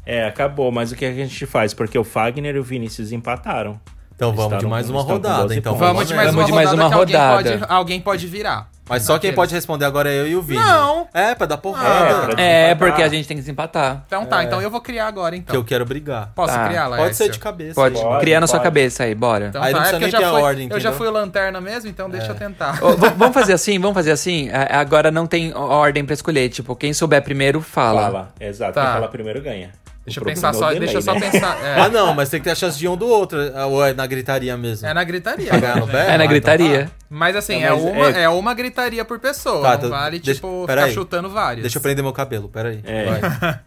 [SPEAKER 4] É, acabou, mas o que a gente faz? Porque o Fagner e o Vinícius empataram.
[SPEAKER 3] Então
[SPEAKER 4] Eles
[SPEAKER 3] vamos de
[SPEAKER 4] estavam-
[SPEAKER 3] mais uma
[SPEAKER 4] eles estavam com
[SPEAKER 3] rodada.
[SPEAKER 4] 12
[SPEAKER 3] Então
[SPEAKER 4] pontos.
[SPEAKER 2] Vamos de mais
[SPEAKER 5] Vamos
[SPEAKER 2] uma
[SPEAKER 5] de mais
[SPEAKER 2] rodada.
[SPEAKER 5] uma
[SPEAKER 2] que Alguém,
[SPEAKER 5] rodada.
[SPEAKER 2] pode, alguém pode virar.
[SPEAKER 3] Mas só quem pode responder agora é eu e o Vini.
[SPEAKER 2] Não.
[SPEAKER 3] É, pra dar
[SPEAKER 4] É, pra
[SPEAKER 3] porrada.
[SPEAKER 4] dar-
[SPEAKER 5] <laughs> É,
[SPEAKER 4] Empatar.
[SPEAKER 5] porque a gente tem que se empatar.
[SPEAKER 2] Então tá, então eu vou criar agora, então.
[SPEAKER 3] que eu quero brigar.
[SPEAKER 2] Posso
[SPEAKER 5] Tá.
[SPEAKER 2] criar, Laércio?
[SPEAKER 3] Pode ser de cabeça.
[SPEAKER 5] Pode,
[SPEAKER 4] Pode,
[SPEAKER 5] criar na sua
[SPEAKER 4] pode.
[SPEAKER 5] cabeça aí, bora.
[SPEAKER 2] Então
[SPEAKER 3] Aí não
[SPEAKER 2] tá, é
[SPEAKER 3] precisa
[SPEAKER 2] porque eu
[SPEAKER 3] nem
[SPEAKER 2] já,
[SPEAKER 3] ter a
[SPEAKER 2] fui,
[SPEAKER 3] ordem,
[SPEAKER 2] eu já
[SPEAKER 3] entendeu? É.
[SPEAKER 2] fui o lanterna mesmo, então deixa eu tentar.
[SPEAKER 5] Ô, v- vamos fazer assim, vamos fazer assim. É, Agora não tem o- ordem pra escolher. Tipo, quem souber primeiro fala.
[SPEAKER 4] Fala, exato.
[SPEAKER 2] Tá.
[SPEAKER 4] Quem fala primeiro ganha.
[SPEAKER 2] <laughs> Deixa
[SPEAKER 4] O
[SPEAKER 2] eu pensar só,
[SPEAKER 4] problema é o
[SPEAKER 2] deixa eu só
[SPEAKER 4] delay, né?
[SPEAKER 2] pensar.
[SPEAKER 3] Ah,
[SPEAKER 2] É,
[SPEAKER 3] não, mas tem que ter a chance de um do outro. Ou é na gritaria mesmo.
[SPEAKER 2] é na gritaria.
[SPEAKER 3] Pra ganhar no
[SPEAKER 2] né?
[SPEAKER 3] pé?
[SPEAKER 5] É na
[SPEAKER 3] Ah,
[SPEAKER 5] gritaria.
[SPEAKER 2] Mas assim,
[SPEAKER 4] Não, mas
[SPEAKER 2] é, uma, é...
[SPEAKER 4] é-
[SPEAKER 2] uma gritaria por pessoa.
[SPEAKER 3] Tá,
[SPEAKER 2] não
[SPEAKER 3] tá,
[SPEAKER 2] vale,
[SPEAKER 3] deixa-
[SPEAKER 2] tipo,
[SPEAKER 3] pera
[SPEAKER 2] ficar
[SPEAKER 3] aí.
[SPEAKER 2] chutando várias.
[SPEAKER 3] Deixa eu prender meu cabelo, peraí.
[SPEAKER 4] <laughs> É.
[SPEAKER 3] Vai.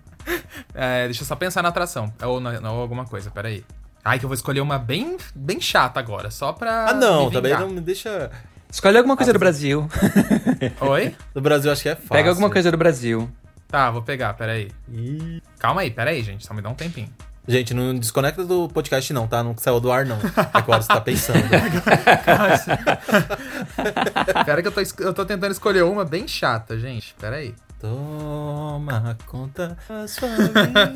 [SPEAKER 2] É, deixa eu só pensar na atração. Ou, na, ou alguma coisa, peraí. Ai, que eu vou escolher uma bem, bem chata agora, só pra.
[SPEAKER 3] Ah, não,
[SPEAKER 2] me
[SPEAKER 3] também
[SPEAKER 2] vingar.
[SPEAKER 3] não me deixa.
[SPEAKER 5] Escolhe alguma coisa do Brasil.
[SPEAKER 2] Oi?
[SPEAKER 3] No Brasil acho que é fácil.
[SPEAKER 5] Pega alguma coisa do Brasil.
[SPEAKER 2] Tá, vou pegar, peraí. Calma aí, peraí, gente, só me dá um tempinho.
[SPEAKER 3] Gente, não desconecta do podcast, não, tá? Não saiu do ar,
[SPEAKER 4] <laughs>
[SPEAKER 3] não. É que o Alisson tá pensando.
[SPEAKER 2] Assim. Pera que eu tô, es- eu tô tentando escolher uma bem chata, gente, peraí.
[SPEAKER 3] Toma conta da sua vida.
[SPEAKER 5] Tá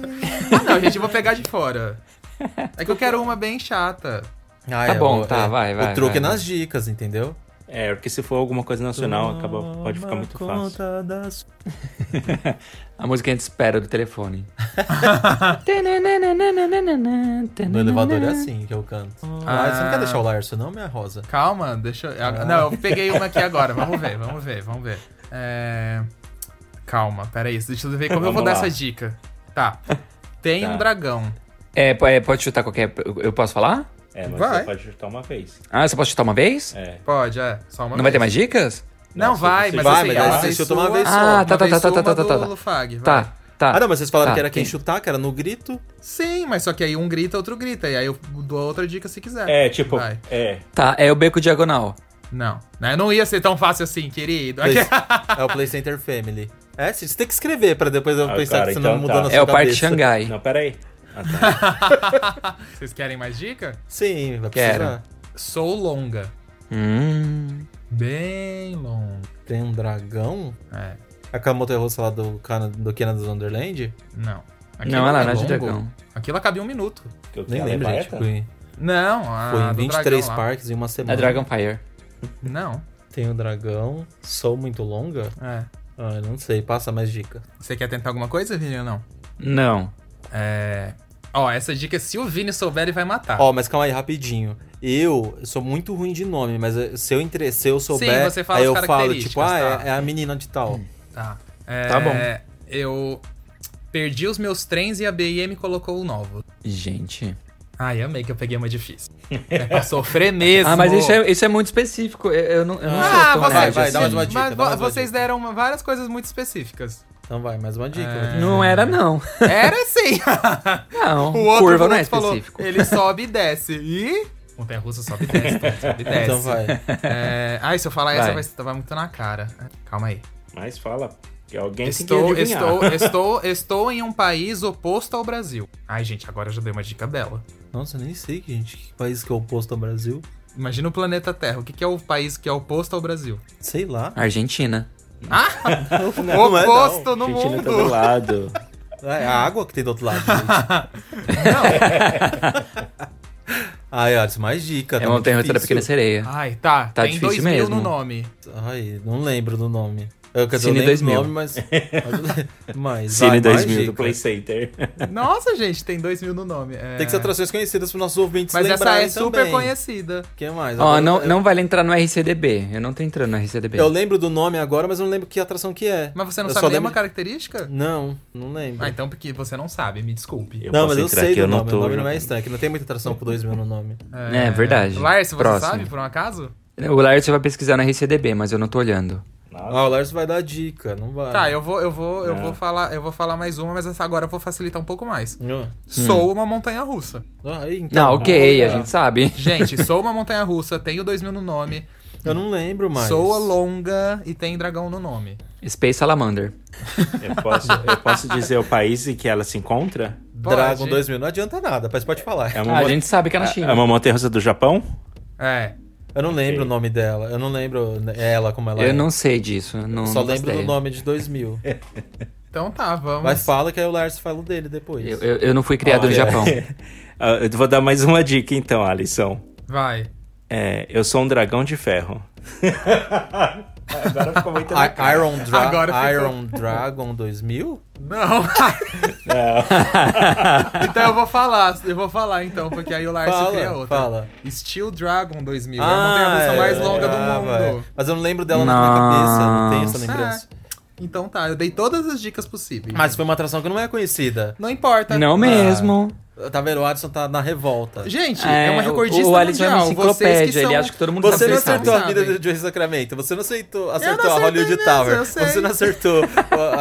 [SPEAKER 2] Ah, não, gente, eu vou pegar de fora. É que eu quero uma bem chata.
[SPEAKER 3] Ah,
[SPEAKER 5] Tá bom,
[SPEAKER 3] o-
[SPEAKER 5] tá, vai, vai,
[SPEAKER 3] O truque
[SPEAKER 5] vai,
[SPEAKER 3] é nas dicas, entendeu?
[SPEAKER 4] É, porque se for alguma coisa nacional, acaba, Tá pode ficar
[SPEAKER 3] Toma
[SPEAKER 4] muito fácil.
[SPEAKER 3] conta da sua-
[SPEAKER 5] A música que a gente espera do telefone.
[SPEAKER 3] No elevador é assim que eu canto. Ah, você não quer deixar o Larso, não, minha rosa?
[SPEAKER 2] Calma, deixa eu. ah, Não, eu peguei uma aqui agora. Vamos ver, vamos ver, vamos ver. É... Calma, peraí. Deixa eu ver como eu
[SPEAKER 4] Vamos
[SPEAKER 2] vou dar
[SPEAKER 4] lá.
[SPEAKER 2] essa dica. Tá. Tem um
[SPEAKER 4] Tá.
[SPEAKER 2] dragão.
[SPEAKER 5] É, po- é, pode chutar qualquer. Eu posso falar?
[SPEAKER 4] É, mas
[SPEAKER 2] Vai.
[SPEAKER 4] você pode chutar uma vez.
[SPEAKER 5] Ah, você pode chutar uma vez?
[SPEAKER 4] É.
[SPEAKER 2] Pode, é. Só uma
[SPEAKER 5] Não vai ter
[SPEAKER 2] vez.
[SPEAKER 5] mais dicas?
[SPEAKER 2] Não, vai,
[SPEAKER 4] você
[SPEAKER 2] mas
[SPEAKER 3] vai,
[SPEAKER 2] assim,
[SPEAKER 3] mas
[SPEAKER 2] é
[SPEAKER 3] aí
[SPEAKER 2] uma
[SPEAKER 3] você
[SPEAKER 2] vez
[SPEAKER 3] chuta uma
[SPEAKER 2] sua,
[SPEAKER 3] vez só.
[SPEAKER 5] Ah,
[SPEAKER 2] uma
[SPEAKER 5] tá, tá,
[SPEAKER 2] vez
[SPEAKER 5] tá,
[SPEAKER 2] sua,
[SPEAKER 5] tá, tá, tá, tá,
[SPEAKER 2] do
[SPEAKER 5] tá.
[SPEAKER 2] Lufag, vai.
[SPEAKER 5] Tá, tá.
[SPEAKER 3] Ah, não, mas vocês falaram
[SPEAKER 5] tá,
[SPEAKER 3] que era quem
[SPEAKER 5] tem.
[SPEAKER 3] chutar, que era no grito.
[SPEAKER 2] Sim, mas só que aí um grita, outro grita. E aí eu dou outra dica se quiser.
[SPEAKER 4] É, tipo,
[SPEAKER 2] Vai.
[SPEAKER 4] é.
[SPEAKER 5] Tá, é o beco diagonal.
[SPEAKER 2] Não. né, Não ia ser tão fácil assim, querido.
[SPEAKER 4] <laughs>
[SPEAKER 3] Play- é o Play Center Family. É, você tem que escrever pra depois eu
[SPEAKER 4] Ah,
[SPEAKER 3] pensar
[SPEAKER 4] cara,
[SPEAKER 3] que você não
[SPEAKER 4] então
[SPEAKER 3] mudou
[SPEAKER 4] tá.
[SPEAKER 3] na sua
[SPEAKER 5] É o Parque
[SPEAKER 3] cabeça.
[SPEAKER 5] Xangai.
[SPEAKER 4] Não, peraí. Ah, tá.
[SPEAKER 2] <laughs> <laughs> Vocês querem mais dica?
[SPEAKER 3] Sim, vai
[SPEAKER 5] Quero.
[SPEAKER 3] precisar.
[SPEAKER 2] Sou longa.
[SPEAKER 5] Hum.
[SPEAKER 2] Bem longa.
[SPEAKER 3] Tem um dragão?
[SPEAKER 2] É.
[SPEAKER 3] A Kamoto Russa lá do, Cana, do Kenan do Wonderland?
[SPEAKER 2] Não.
[SPEAKER 5] Não, ela
[SPEAKER 2] é
[SPEAKER 5] não é de
[SPEAKER 2] longo.
[SPEAKER 5] dragão.
[SPEAKER 2] Aquilo acabou em um minuto.
[SPEAKER 4] Que eu
[SPEAKER 3] Nem
[SPEAKER 4] tenho
[SPEAKER 3] lembro,
[SPEAKER 4] a
[SPEAKER 3] gente.
[SPEAKER 4] levareta?
[SPEAKER 3] Foi,
[SPEAKER 2] Não, a
[SPEAKER 3] foi em
[SPEAKER 2] Ah, do
[SPEAKER 3] 23
[SPEAKER 2] dragão lá.
[SPEAKER 3] parques em uma
[SPEAKER 5] É
[SPEAKER 3] semana.
[SPEAKER 5] Dragon Fire.
[SPEAKER 2] Não,
[SPEAKER 3] Tem o dragão. Sou muito longa?
[SPEAKER 2] é.
[SPEAKER 3] Ah, eu não sei. Passa mais dica.
[SPEAKER 2] Você quer tentar alguma coisa, Vini, ou não?
[SPEAKER 5] Não.
[SPEAKER 2] É... Ó, essa dica, se o Vini souber, ele vai matar.
[SPEAKER 3] Ó, mas calma aí, rapidinho. Eu sou muito ruim de nome, mas eh, se eu, entre... se eu souber,
[SPEAKER 2] você fala
[SPEAKER 3] aí
[SPEAKER 2] as
[SPEAKER 3] eu falo,
[SPEAKER 2] características,
[SPEAKER 3] tipo, ah,
[SPEAKER 2] tá.
[SPEAKER 3] é, é a menina de tal.
[SPEAKER 2] Tá. É,
[SPEAKER 5] Tá bom.
[SPEAKER 2] Eu perdi os meus trens e a BM colocou o novo.
[SPEAKER 5] Gente.
[SPEAKER 2] Ai, amei que eu peguei uma
[SPEAKER 5] <laughs>
[SPEAKER 2] difícil. é pra sofrer mesmo.
[SPEAKER 5] Ah, mas isso é, isso é muito específico. Eu, eu não, eu não
[SPEAKER 2] Ah,
[SPEAKER 5] sou tão
[SPEAKER 2] você,
[SPEAKER 3] vai, vai,
[SPEAKER 5] nerd
[SPEAKER 3] dá
[SPEAKER 5] assim.
[SPEAKER 3] mais uma dica,
[SPEAKER 2] mas
[SPEAKER 3] dá mais
[SPEAKER 2] vo-
[SPEAKER 3] uma
[SPEAKER 2] vocês
[SPEAKER 3] dica.
[SPEAKER 2] deram uma- várias coisas muito específicas.
[SPEAKER 3] Então vai, mais uma dica.
[SPEAKER 5] Não era, não.
[SPEAKER 2] <laughs> Era
[SPEAKER 5] <laughs>
[SPEAKER 2] sim.
[SPEAKER 5] Não,
[SPEAKER 2] o outro
[SPEAKER 5] curva não é
[SPEAKER 2] piloto falou,
[SPEAKER 5] específico.
[SPEAKER 2] ele sobe e desce. E... Montanha russa sobe e desce,
[SPEAKER 5] <laughs>
[SPEAKER 2] sobe e desce.
[SPEAKER 3] Então vai.
[SPEAKER 2] É... Ai, se eu falar essa,
[SPEAKER 5] Vai.
[SPEAKER 2] vai, vai muito na cara. Calma aí.
[SPEAKER 4] Mas fala, que alguém
[SPEAKER 2] Estou,
[SPEAKER 4] tem que adivinhar.
[SPEAKER 5] <laughs>
[SPEAKER 2] estou, estou, estou em um país oposto ao Brasil. Ai, gente, agora eu já dei uma dica bela.
[SPEAKER 3] Nossa, eu nem sei, gente. Que país que é oposto ao Brasil?
[SPEAKER 2] Imagina o planeta Terra. O que, que é o país que é oposto ao Brasil?
[SPEAKER 3] Sei lá.
[SPEAKER 5] Argentina.
[SPEAKER 3] Não é, não.
[SPEAKER 2] oposto no
[SPEAKER 4] Argentina
[SPEAKER 2] mundo.
[SPEAKER 4] tá do
[SPEAKER 2] <laughs>
[SPEAKER 4] lado.
[SPEAKER 3] É a água que tem do outro lado, gente. Ai, Alisson, mais dica.
[SPEAKER 5] É
[SPEAKER 3] tá
[SPEAKER 5] uma
[SPEAKER 3] muito
[SPEAKER 5] terra da
[SPEAKER 3] difícil.
[SPEAKER 5] pequena sereia.
[SPEAKER 2] Ai, tá.
[SPEAKER 5] Tá
[SPEAKER 2] tem dois
[SPEAKER 5] difícil mesmo.
[SPEAKER 2] mil no nome.
[SPEAKER 3] Ai, não lembro do nome. Eu, quer dizer, eu
[SPEAKER 5] Cine
[SPEAKER 3] lembro do nome,
[SPEAKER 5] 2000.
[SPEAKER 3] mas... mas
[SPEAKER 4] Cine
[SPEAKER 3] vai,
[SPEAKER 4] 2000 do
[SPEAKER 3] dica.
[SPEAKER 4] Play Center.
[SPEAKER 2] Nossa, gente, tem dois mil no nome. É.
[SPEAKER 3] Tem que ser atrações conhecidas pros nossos ouvintes
[SPEAKER 2] Mas essa
[SPEAKER 3] lembrarem
[SPEAKER 2] é super
[SPEAKER 3] também.
[SPEAKER 2] conhecida.
[SPEAKER 3] O que mais?
[SPEAKER 5] Ó,
[SPEAKER 3] Agora,
[SPEAKER 5] não,
[SPEAKER 3] eu,
[SPEAKER 5] não vale entrar no RCDB. Eu não tô entrando no RCDB.
[SPEAKER 3] eu lembro do nome agora, mas eu não lembro que atração que é.
[SPEAKER 2] Mas você não
[SPEAKER 3] eu
[SPEAKER 2] sabe nenhuma
[SPEAKER 3] lembro...
[SPEAKER 2] característica?
[SPEAKER 3] Não, não lembro.
[SPEAKER 2] Ah, então porque você não sabe, me desculpe.
[SPEAKER 4] Eu
[SPEAKER 3] não,
[SPEAKER 4] posso
[SPEAKER 3] mas eu
[SPEAKER 4] entrar
[SPEAKER 3] sei
[SPEAKER 4] aqui,
[SPEAKER 3] do
[SPEAKER 4] eu não
[SPEAKER 3] nome.
[SPEAKER 4] tô
[SPEAKER 3] o nome não é
[SPEAKER 4] jogando.
[SPEAKER 3] estranho, que não tem muita atração com 2000 no nome.
[SPEAKER 5] É, verdade.
[SPEAKER 2] Lars, você
[SPEAKER 5] Próximo.
[SPEAKER 2] sabe, por um acaso?
[SPEAKER 5] O Lars vai pesquisar na RCDB, mas eu não tô olhando.
[SPEAKER 3] Ah, o Lars vai dar dica, não vai.
[SPEAKER 2] Tá, eu vou, eu vou, eu
[SPEAKER 4] É.
[SPEAKER 2] vou falar, eu vou falar mais uma, mas essa agora eu vou facilitar um pouco mais.
[SPEAKER 3] Ah.
[SPEAKER 2] Sou uma montanha russa.
[SPEAKER 3] Ah, então,
[SPEAKER 5] Não, ok, a
[SPEAKER 3] Ah.
[SPEAKER 5] gente sabe. <laughs>
[SPEAKER 3] <laughs>
[SPEAKER 2] Gente, sou uma montanha russa, tenho 2000 no nome.
[SPEAKER 3] Eu não lembro mais.
[SPEAKER 2] Soa longa e tem dragão no nome.
[SPEAKER 5] Space Salamander.
[SPEAKER 4] Eu posso, eu posso dizer o país em que ela se encontra?
[SPEAKER 3] Dragon
[SPEAKER 2] Pode.
[SPEAKER 3] 2000. Não adianta nada, mas pode falar.
[SPEAKER 4] É
[SPEAKER 5] Ah,
[SPEAKER 4] uma,
[SPEAKER 5] a gente sabe que é na
[SPEAKER 4] é
[SPEAKER 5] China.
[SPEAKER 4] uma montanha russa do Japão?
[SPEAKER 2] É.
[SPEAKER 3] Eu não lembro o nome dela. Eu não lembro ela como ela é.
[SPEAKER 5] Eu não sei disso. Não,
[SPEAKER 3] Só
[SPEAKER 5] não faço
[SPEAKER 3] lembro do
[SPEAKER 5] ideia.
[SPEAKER 3] nome de <laughs> 2000.
[SPEAKER 2] Então tá, vamos.
[SPEAKER 3] Mas fala que aí o Lars fala o dele depois.
[SPEAKER 5] Eu, eu, eu não fui criado no
[SPEAKER 3] Olha. <laughs>
[SPEAKER 5] Japão.
[SPEAKER 4] Ah, eu vou dar mais uma dica então, Alisson.
[SPEAKER 2] Vai.
[SPEAKER 4] É, eu sou um dragão de ferro. <laughs> Agora ficou muito
[SPEAKER 3] I- Iron, Dra
[SPEAKER 2] Agora ficou.
[SPEAKER 3] Iron Dragon 2000?
[SPEAKER 2] Não. <laughs>
[SPEAKER 3] <laughs>
[SPEAKER 2] então eu vou falar, eu vou falar então, porque aí o Lars
[SPEAKER 3] Fala,
[SPEAKER 2] cria outra.
[SPEAKER 3] fala.
[SPEAKER 2] Steel Dragon 2000. é a montanha-russa mais longa do
[SPEAKER 3] ah,
[SPEAKER 2] mundo.
[SPEAKER 3] vai. Ah. Mas eu não lembro dela na minha cabeça, não tenho essa
[SPEAKER 2] Nossa.
[SPEAKER 3] lembrança.
[SPEAKER 2] Então tá, eu dei todas as dicas possíveis.
[SPEAKER 3] Mas foi uma atração que não é conhecida.
[SPEAKER 2] não importa.
[SPEAKER 3] Ah.
[SPEAKER 2] Ah,
[SPEAKER 5] não mesmo.
[SPEAKER 3] Tá vendo? O Adson tá na revolta.
[SPEAKER 2] Gente, é, uma
[SPEAKER 5] o-
[SPEAKER 2] recordista
[SPEAKER 5] O Alisson é
[SPEAKER 2] mundial.
[SPEAKER 5] uma
[SPEAKER 2] Vocês
[SPEAKER 5] enciclopédia.
[SPEAKER 2] que são...
[SPEAKER 5] Ele acha que todo mundo
[SPEAKER 3] Você
[SPEAKER 5] sabe.
[SPEAKER 3] não
[SPEAKER 5] vocês sabem.
[SPEAKER 3] acertou a vida
[SPEAKER 2] sabem.
[SPEAKER 3] de Joey Sacramento, você não aceitou, acertou a
[SPEAKER 2] acertei
[SPEAKER 3] Hollywood
[SPEAKER 2] mesmo,
[SPEAKER 3] Tower,
[SPEAKER 2] eu sei.
[SPEAKER 3] você não acertou o-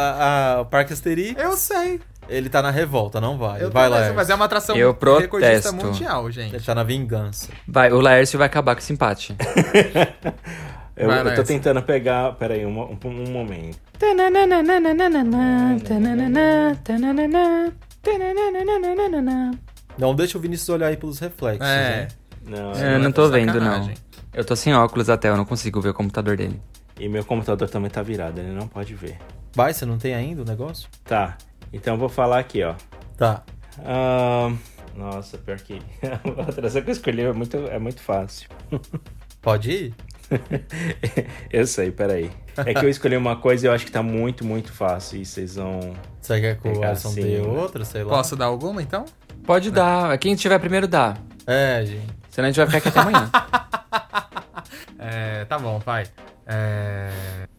[SPEAKER 3] a- a- o Parque Asteri.
[SPEAKER 2] Eu sei.
[SPEAKER 3] Ele tá na revolta, não vai.
[SPEAKER 2] Eu
[SPEAKER 3] vai
[SPEAKER 2] tô
[SPEAKER 3] lá.
[SPEAKER 2] nessa, Mas é uma atração
[SPEAKER 5] Eu
[SPEAKER 2] recordista
[SPEAKER 5] protesto.
[SPEAKER 2] mundial, gente.
[SPEAKER 3] Ele tá na vingança.
[SPEAKER 5] Vai, o Laércio vai acabar com esse empate.
[SPEAKER 4] Eu,
[SPEAKER 2] Vai
[SPEAKER 4] eu
[SPEAKER 2] nessa.
[SPEAKER 4] tô tentando pegar. Peraí, um, um, um momento.
[SPEAKER 3] Não deixa o Vinícius olhar aí pelos reflexos.
[SPEAKER 2] É.
[SPEAKER 3] né?
[SPEAKER 4] Não,
[SPEAKER 5] eu
[SPEAKER 2] é
[SPEAKER 5] não tô vendo,
[SPEAKER 2] sacanagem.
[SPEAKER 5] não. Eu tô sem óculos até, eu não consigo ver o computador dele.
[SPEAKER 4] E meu computador também tá virado, ele não pode ver.
[SPEAKER 3] Vai, você não tem ainda o negócio?
[SPEAKER 4] Tá, então eu vou falar aqui, ó.
[SPEAKER 3] Tá.
[SPEAKER 4] Ahn, nossa, pior que. <laughs> A atração que eu escolhi é muito, é muito fácil. <laughs>
[SPEAKER 3] Pode ir?
[SPEAKER 4] eu sei, peraí. É que eu escolhi uma coisa e eu acho que tá muito, muito fácil. E vocês vão.
[SPEAKER 3] Você quer que o
[SPEAKER 4] Pegar
[SPEAKER 3] Alisson
[SPEAKER 4] assim,
[SPEAKER 3] dê
[SPEAKER 4] né?
[SPEAKER 3] outra, sei lá.
[SPEAKER 2] Posso dar alguma, então?
[SPEAKER 5] Pode dar. Quem tiver primeiro dá.
[SPEAKER 3] É, gente.
[SPEAKER 5] Senão a gente vai ficar aqui até amanhã.
[SPEAKER 2] É, tá bom, vai. É...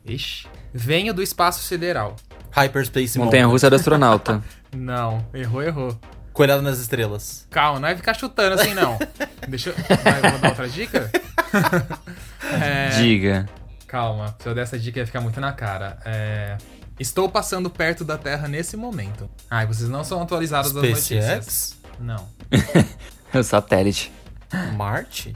[SPEAKER 2] Ixi. Venho do espaço sideral.
[SPEAKER 3] Hyperspace
[SPEAKER 4] um.
[SPEAKER 5] Montanha
[SPEAKER 3] Mountain.
[SPEAKER 5] russa do astronauta.
[SPEAKER 2] Não, errou, errou.
[SPEAKER 3] Coelhada nas estrelas.
[SPEAKER 2] Calma, não vai ficar chutando assim, não. Deixa eu... Vai, eu vou dar outra dica? É,
[SPEAKER 5] Diga.
[SPEAKER 2] Calma, se eu der essa dica ia ficar muito na cara. É, Estou passando perto da Terra nesse momento. Ai, vocês não são atualizados das notícias.
[SPEAKER 3] SpaceX.
[SPEAKER 2] Não.
[SPEAKER 5] O satélite.
[SPEAKER 3] Marte?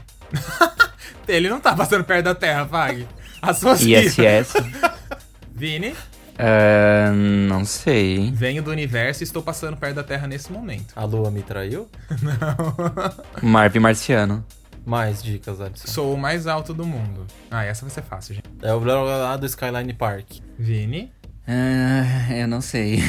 [SPEAKER 2] Ele não tá passando perto da Terra, Vag. As suas filhas.
[SPEAKER 5] ISS.
[SPEAKER 2] <laughs> Vini,
[SPEAKER 5] É, não sei.
[SPEAKER 2] venho do universo e estou passando perto da Terra nesse momento.
[SPEAKER 3] A lua me traiu?
[SPEAKER 2] Não.
[SPEAKER 5] Marvin Marciano.
[SPEAKER 3] Mais dicas, Alisson.
[SPEAKER 2] Sou o mais alto do mundo. Ah, essa vai ser fácil, gente.
[SPEAKER 3] É o blá blá blá do Skyline Park.
[SPEAKER 2] Vini.
[SPEAKER 5] Ah, eu não sei.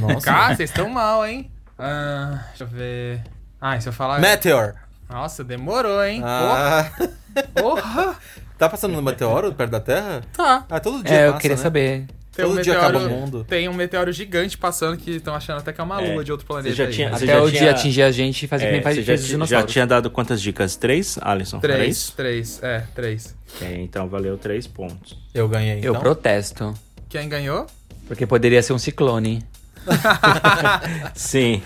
[SPEAKER 3] Nossa.
[SPEAKER 2] Cara, vocês estão mal, hein? Ah, deixa eu ver. Ah, e se eu falar.
[SPEAKER 3] Meteor!
[SPEAKER 2] Nossa, demorou, hein?
[SPEAKER 3] Ah, <laughs>
[SPEAKER 2] Porra!
[SPEAKER 3] tá passando no meteoro perto da Terra?
[SPEAKER 2] Tá.
[SPEAKER 3] Ah, todo dia
[SPEAKER 5] É, eu
[SPEAKER 3] passa,
[SPEAKER 5] queria
[SPEAKER 3] né?
[SPEAKER 5] saber.
[SPEAKER 2] um
[SPEAKER 3] Todo dia acaba o mundo.
[SPEAKER 2] Tem um meteoro gigante passando que estão achando até que é uma
[SPEAKER 4] É.
[SPEAKER 2] lua de outro planeta.
[SPEAKER 4] Você já
[SPEAKER 2] aí,
[SPEAKER 4] tinha-
[SPEAKER 2] né?
[SPEAKER 4] Você
[SPEAKER 5] Até
[SPEAKER 4] já
[SPEAKER 5] o
[SPEAKER 4] tinha-
[SPEAKER 5] dia atingir a gente e fazer que
[SPEAKER 4] É,
[SPEAKER 5] nem faz
[SPEAKER 4] você já,
[SPEAKER 5] fez os
[SPEAKER 4] ti- já
[SPEAKER 5] dinossauros.
[SPEAKER 4] tinha dado quantas dicas? Três, Alisson?
[SPEAKER 2] Três, três, é, três.
[SPEAKER 4] É, então valeu três pontos.
[SPEAKER 3] Eu ganhei, então.
[SPEAKER 5] Eu protesto.
[SPEAKER 2] Quem ganhou?
[SPEAKER 5] Porque poderia ser um ciclone.
[SPEAKER 4] Sim.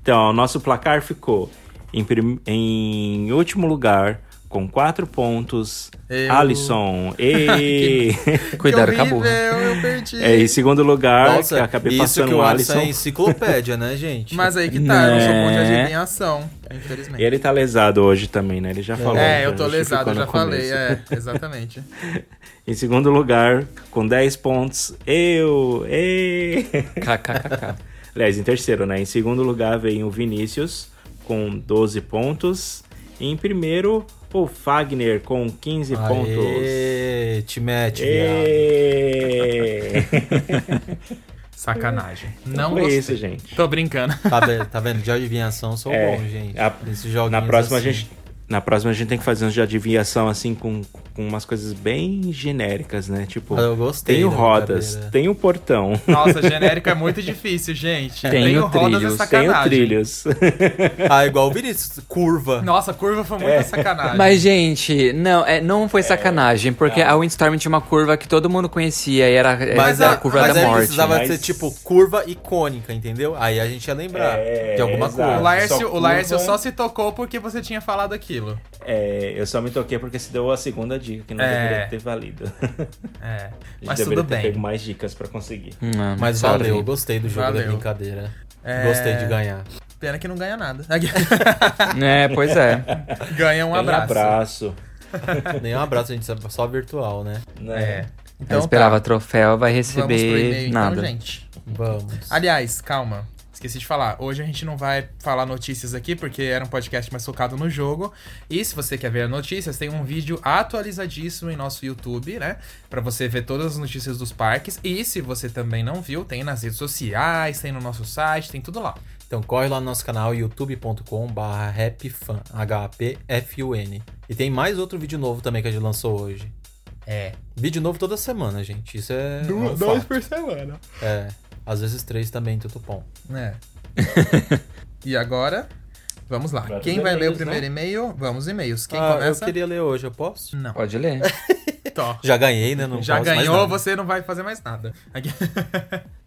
[SPEAKER 4] Então, o nosso placar ficou em, prim- em último lugar, com quatro pontos.
[SPEAKER 2] Eu. <laughs>
[SPEAKER 4] Alisson. E...
[SPEAKER 5] Cuidado
[SPEAKER 2] que
[SPEAKER 5] com a
[SPEAKER 2] <laughs>
[SPEAKER 5] burra.
[SPEAKER 2] horrível, eu perdi.
[SPEAKER 4] é, em segundo lugar, que eu
[SPEAKER 3] Nossa,
[SPEAKER 4] acabei
[SPEAKER 3] isso que
[SPEAKER 4] passando
[SPEAKER 3] o
[SPEAKER 4] o
[SPEAKER 3] Alisson
[SPEAKER 4] Alisson.
[SPEAKER 3] é enciclopédia, né, gente?
[SPEAKER 2] Mas aí que tá, eu não sou bom de
[SPEAKER 4] Né?
[SPEAKER 2] adivinhação, infelizmente.
[SPEAKER 4] Ele tá lesado hoje também, né? Ele já falou.
[SPEAKER 2] É, eu
[SPEAKER 4] já
[SPEAKER 2] tô lesado,
[SPEAKER 4] justificou
[SPEAKER 2] eu já
[SPEAKER 4] no
[SPEAKER 2] falei,
[SPEAKER 4] começo.
[SPEAKER 2] é,
[SPEAKER 4] <laughs>
[SPEAKER 2] exatamente.
[SPEAKER 4] Em segundo lugar, com 10 pontos, eu. ê.
[SPEAKER 5] KKKK.
[SPEAKER 4] Aliás, em terceiro, né? Em segundo lugar vem o Vinícius com 12 pontos. E em primeiro, o Fagner com 15 pontos.
[SPEAKER 3] Aê, te mete, viado.
[SPEAKER 2] <laughs>
[SPEAKER 4] Ê.
[SPEAKER 2] Sacanagem. Não
[SPEAKER 4] Foi
[SPEAKER 2] gostei.
[SPEAKER 4] isso, gente.
[SPEAKER 2] Tô brincando.
[SPEAKER 3] Tá, ve- tá vendo? De adivinhação sou
[SPEAKER 4] É,
[SPEAKER 3] bom, gente.
[SPEAKER 4] a-
[SPEAKER 3] Nesses joguinhos
[SPEAKER 4] Na próxima,
[SPEAKER 3] assim.
[SPEAKER 4] a gente, na próxima a gente tem que fazer uns de adivinhação assim com, com umas coisas bem genéricas, né? Tipo,
[SPEAKER 3] Ah, eu gostei
[SPEAKER 4] tem o
[SPEAKER 3] da
[SPEAKER 4] rodas,
[SPEAKER 3] brincadeira.
[SPEAKER 4] tem o portão,
[SPEAKER 2] Nossa, genérico é muito difícil, gente.
[SPEAKER 5] Tem
[SPEAKER 2] Tenho
[SPEAKER 5] o
[SPEAKER 2] rodas é
[SPEAKER 4] tem
[SPEAKER 5] trilhos,
[SPEAKER 2] sacanagem. <laughs>
[SPEAKER 4] o trilhos.
[SPEAKER 3] Ah, igual o Vinícius, curva.
[SPEAKER 2] Nossa, curva foi
[SPEAKER 4] É.
[SPEAKER 2] muita sacanagem.
[SPEAKER 5] Mas, gente, não, é, não foi sacanagem, porque a Windstorm tinha uma curva que todo mundo conhecia e era,
[SPEAKER 3] Mas,
[SPEAKER 5] era
[SPEAKER 3] a,
[SPEAKER 5] É, a curva
[SPEAKER 3] mas
[SPEAKER 5] da
[SPEAKER 3] aí
[SPEAKER 5] morte.
[SPEAKER 3] precisava
[SPEAKER 4] Mas-
[SPEAKER 3] ser tipo curva icônica, entendeu? Aí a gente ia lembrar
[SPEAKER 4] É,
[SPEAKER 3] de alguma
[SPEAKER 4] exato.
[SPEAKER 2] O
[SPEAKER 3] coisa.
[SPEAKER 4] Lá-
[SPEAKER 2] Laércio,
[SPEAKER 4] Só
[SPEAKER 2] o Laércio
[SPEAKER 4] curva.
[SPEAKER 2] só se tocou porque você tinha falado aquilo.
[SPEAKER 4] É, eu só me toquei porque se deu a segunda dica que não
[SPEAKER 2] É.
[SPEAKER 4] deveria ter valido. <laughs>
[SPEAKER 2] É.
[SPEAKER 4] A gente
[SPEAKER 2] Mas
[SPEAKER 4] deveria
[SPEAKER 2] tudo
[SPEAKER 4] ter pego
[SPEAKER 2] bem.
[SPEAKER 4] mais dicas pra conseguir.
[SPEAKER 5] Hum,
[SPEAKER 3] Mas
[SPEAKER 5] sorry.
[SPEAKER 3] valeu, gostei do jogo da
[SPEAKER 2] Valeu.
[SPEAKER 3] brincadeira.
[SPEAKER 2] É.
[SPEAKER 3] Gostei de ganhar.
[SPEAKER 2] Pena que não ganha nada. <laughs>
[SPEAKER 5] É, pois é.
[SPEAKER 2] ganha um
[SPEAKER 4] Tem
[SPEAKER 2] abraço.
[SPEAKER 4] abraço.
[SPEAKER 3] Nem um abraço, a gente sabe só virtual, né?
[SPEAKER 2] É.
[SPEAKER 5] Ela esperava
[SPEAKER 2] tá.
[SPEAKER 5] troféu, vai
[SPEAKER 2] Vamos pro
[SPEAKER 5] receber
[SPEAKER 2] e-mail
[SPEAKER 5] nada.
[SPEAKER 2] então, gente.
[SPEAKER 3] Vamos.
[SPEAKER 2] Aliás, calma. Esqueci de falar. Hoje a gente não vai falar notícias aqui, porque era um podcast mais focado no jogo. E se você quer ver notícias, tem um vídeo atualizadíssimo em nosso YouTube, né? Pra você ver todas as notícias dos parques. E se você também não viu, tem nas redes sociais, tem no nosso site, tem tudo lá.
[SPEAKER 3] Então corre lá no nosso canal youtube.com.br rapfan, H-A-P-F-U-N. E tem mais outro vídeo novo também que a gente lançou hoje.
[SPEAKER 2] É.
[SPEAKER 3] Vídeo novo toda semana, gente. Isso é. um fato.
[SPEAKER 2] semana.
[SPEAKER 3] É. Às vezes três também, tudo bom.
[SPEAKER 2] É. <laughs> e agora, vamos lá.
[SPEAKER 4] Vai pros
[SPEAKER 2] Quem vai ler o
[SPEAKER 4] e-mails,
[SPEAKER 3] né?
[SPEAKER 2] primeiro e-mail? Vamos e-mails. Quem
[SPEAKER 3] ah,
[SPEAKER 2] começa?
[SPEAKER 3] eu queria ler hoje, eu posso?
[SPEAKER 2] Não.
[SPEAKER 5] Pode ler.
[SPEAKER 2] Tó.
[SPEAKER 3] Já ganhei, né? Não
[SPEAKER 2] Já
[SPEAKER 3] posso mais
[SPEAKER 2] ganhou,
[SPEAKER 3] nada.
[SPEAKER 2] você não vai fazer mais nada. Aqui-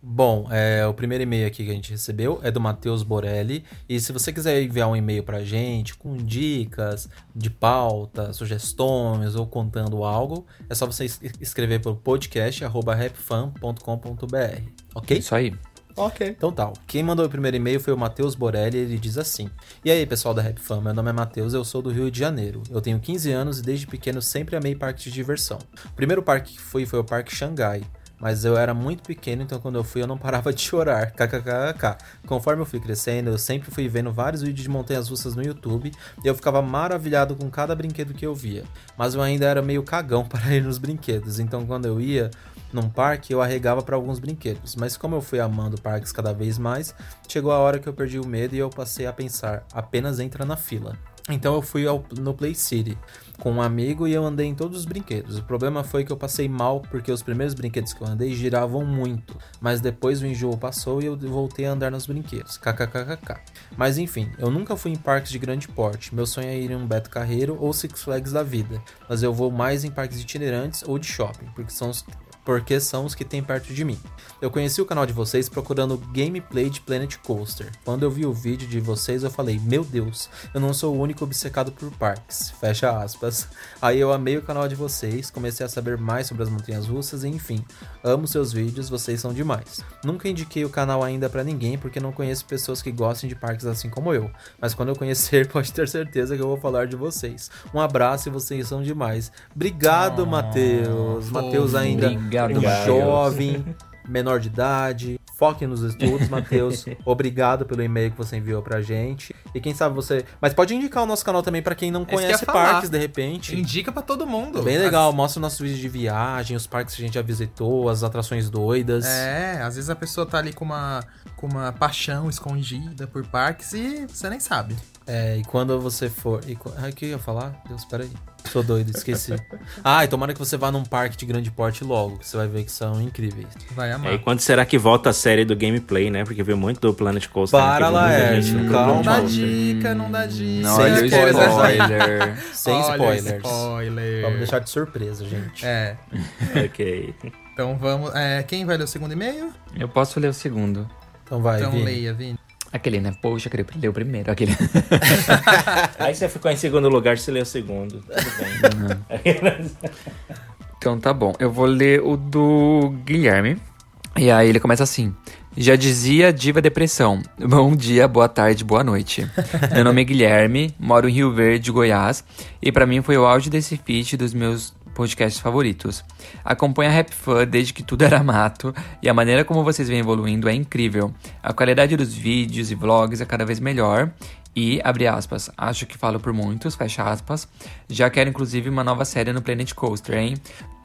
[SPEAKER 2] <laughs>
[SPEAKER 3] Bom, é, o primeiro e-mail aqui que a gente recebeu é do Matheus Borelli. E se você quiser enviar um e-mail pra gente com dicas de pauta, sugestões ou contando algo, é só você es- escrever pro podcast arroba rapfan.com.br, ok?
[SPEAKER 5] é Isso aí.
[SPEAKER 3] Ok. Então tá. Quem mandou o primeiro e-mail foi o Matheus Borelli. Ele diz assim: E aí, pessoal da Rap Fan, meu nome é Matheus, eu sou do Rio de Janeiro. Eu tenho 15 anos e desde pequeno sempre amei parques de diversão. O primeiro parque que fui foi o Parque Xangai. Mas eu era muito pequeno, então quando eu fui eu não parava de chorar. KKKK. Conforme eu fui crescendo, eu sempre fui vendo vários vídeos de montanhas russas no YouTube e eu ficava maravilhado com cada brinquedo que eu via. Mas eu ainda era meio cagão <laughs> para ir nos brinquedos, então quando eu ia, num parque, eu arregava para alguns brinquedos, mas como eu fui amando parques cada vez mais, chegou a hora que eu perdi o medo e eu passei a pensar: apenas entra na fila. Então eu fui ao- no Play City com um amigo e eu andei em todos os brinquedos. O problema foi que eu passei mal porque os primeiros brinquedos que eu andei giravam muito, mas depois o enjoo passou e eu voltei a andar nos brinquedos. KKKKK. Mas enfim, eu nunca fui em parques de grande porte. Meu sonho é ir em um Beto Carreiro ou Six Flags da vida, mas eu vou mais em parques itinerantes ou de shopping, porque são os porque são os que tem perto de mim. Eu conheci o canal de vocês procurando gameplay de Planet Coaster. Quando eu vi o vídeo de vocês, eu falei: Meu Deus, eu não sou o único obcecado por parques. Fecha aspas. Aí eu amei o canal de vocês, comecei a saber mais sobre as montanhas russas, e enfim. Amo seus vídeos, vocês são demais. Nunca indiquei o canal ainda pra ninguém porque não conheço pessoas que gostem de parques assim como eu. Mas quando eu conhecer, <laughs> pode ter certeza que eu vou falar de vocês. Um abraço e vocês são demais. Obrigado,
[SPEAKER 2] Oh,
[SPEAKER 3] Matheus.
[SPEAKER 2] fofo.
[SPEAKER 3] Matheus ainda
[SPEAKER 5] Obrigado,
[SPEAKER 4] Obrigado.
[SPEAKER 3] jovem, menor de idade. Foque nos estudos,
[SPEAKER 2] <laughs>
[SPEAKER 3] Matheus. Obrigado pelo e-mail que você enviou pra gente. E quem sabe você. Mas pode indicar o nosso canal também pra quem não
[SPEAKER 2] É que eu ia
[SPEAKER 3] conhece
[SPEAKER 2] falar.
[SPEAKER 3] parques, de repente. É
[SPEAKER 2] Indica pra todo mundo.
[SPEAKER 3] Tipo, Bem legal, mostra nossos vídeos de viagem, os parques que a gente já visitou, as atrações doidas.
[SPEAKER 2] Às- É, às vezes a pessoa tá ali com uma, com uma paixão escondida por parques e você nem sabe.
[SPEAKER 3] É, e quando você for. E, qu- ai, o que eu ia falar? Deus, peraí. Sou doido,
[SPEAKER 2] <laughs>
[SPEAKER 3] esqueci. ah, e tomara que você vá num parque de grande porte logo, que você vai ver que são incríveis.
[SPEAKER 2] Vai amar.
[SPEAKER 4] É, e quando será que volta a série do gameplay, né? Porque veio muito do Planet Coaster. né?
[SPEAKER 3] Para,
[SPEAKER 4] Teve muita
[SPEAKER 3] Laerte,
[SPEAKER 4] gente no
[SPEAKER 3] calma.
[SPEAKER 2] não
[SPEAKER 4] Planet
[SPEAKER 2] dá
[SPEAKER 4] Coaster.
[SPEAKER 2] dica, não dá dica.
[SPEAKER 5] Não, olha o
[SPEAKER 3] Hum, é spoiler.
[SPEAKER 5] spoiler.
[SPEAKER 3] Sem
[SPEAKER 2] Olha o
[SPEAKER 3] spoilers.
[SPEAKER 2] spoiler.
[SPEAKER 3] Vamos deixar de surpresa, gente.
[SPEAKER 2] É,
[SPEAKER 4] ok.
[SPEAKER 2] então vamos. é, quem vai ler o segundo e-mail?
[SPEAKER 5] Eu posso ler o segundo.
[SPEAKER 3] Então vai,
[SPEAKER 2] Então
[SPEAKER 3] Vini.
[SPEAKER 2] leia, Vini.
[SPEAKER 5] Aquele, né? Poxa, queria ler o primeiro. Aquele.
[SPEAKER 4] Aí você ficou em segundo lugar, você leu o segundo. Tudo bem.
[SPEAKER 5] Então tá bom. Eu vou ler o do Guilherme. E aí ele começa assim. Já dizia a diva depressão. <laughs> Bom dia, boa tarde, boa noite. Meu nome é Guilherme, moro em Rio Verde, Goiás. E pra mim foi o auge desse feat dos meus podcasts favoritos. Acompanho a Rap Fan desde que tudo era mato. E a maneira como vocês vêm evoluindo é incrível. A qualidade dos vídeos e vlogs é cada vez melhor. E, abre aspas, acho que falo por muitos, fecha aspas. Já quero inclusive uma nova série no Planet Coaster, hein?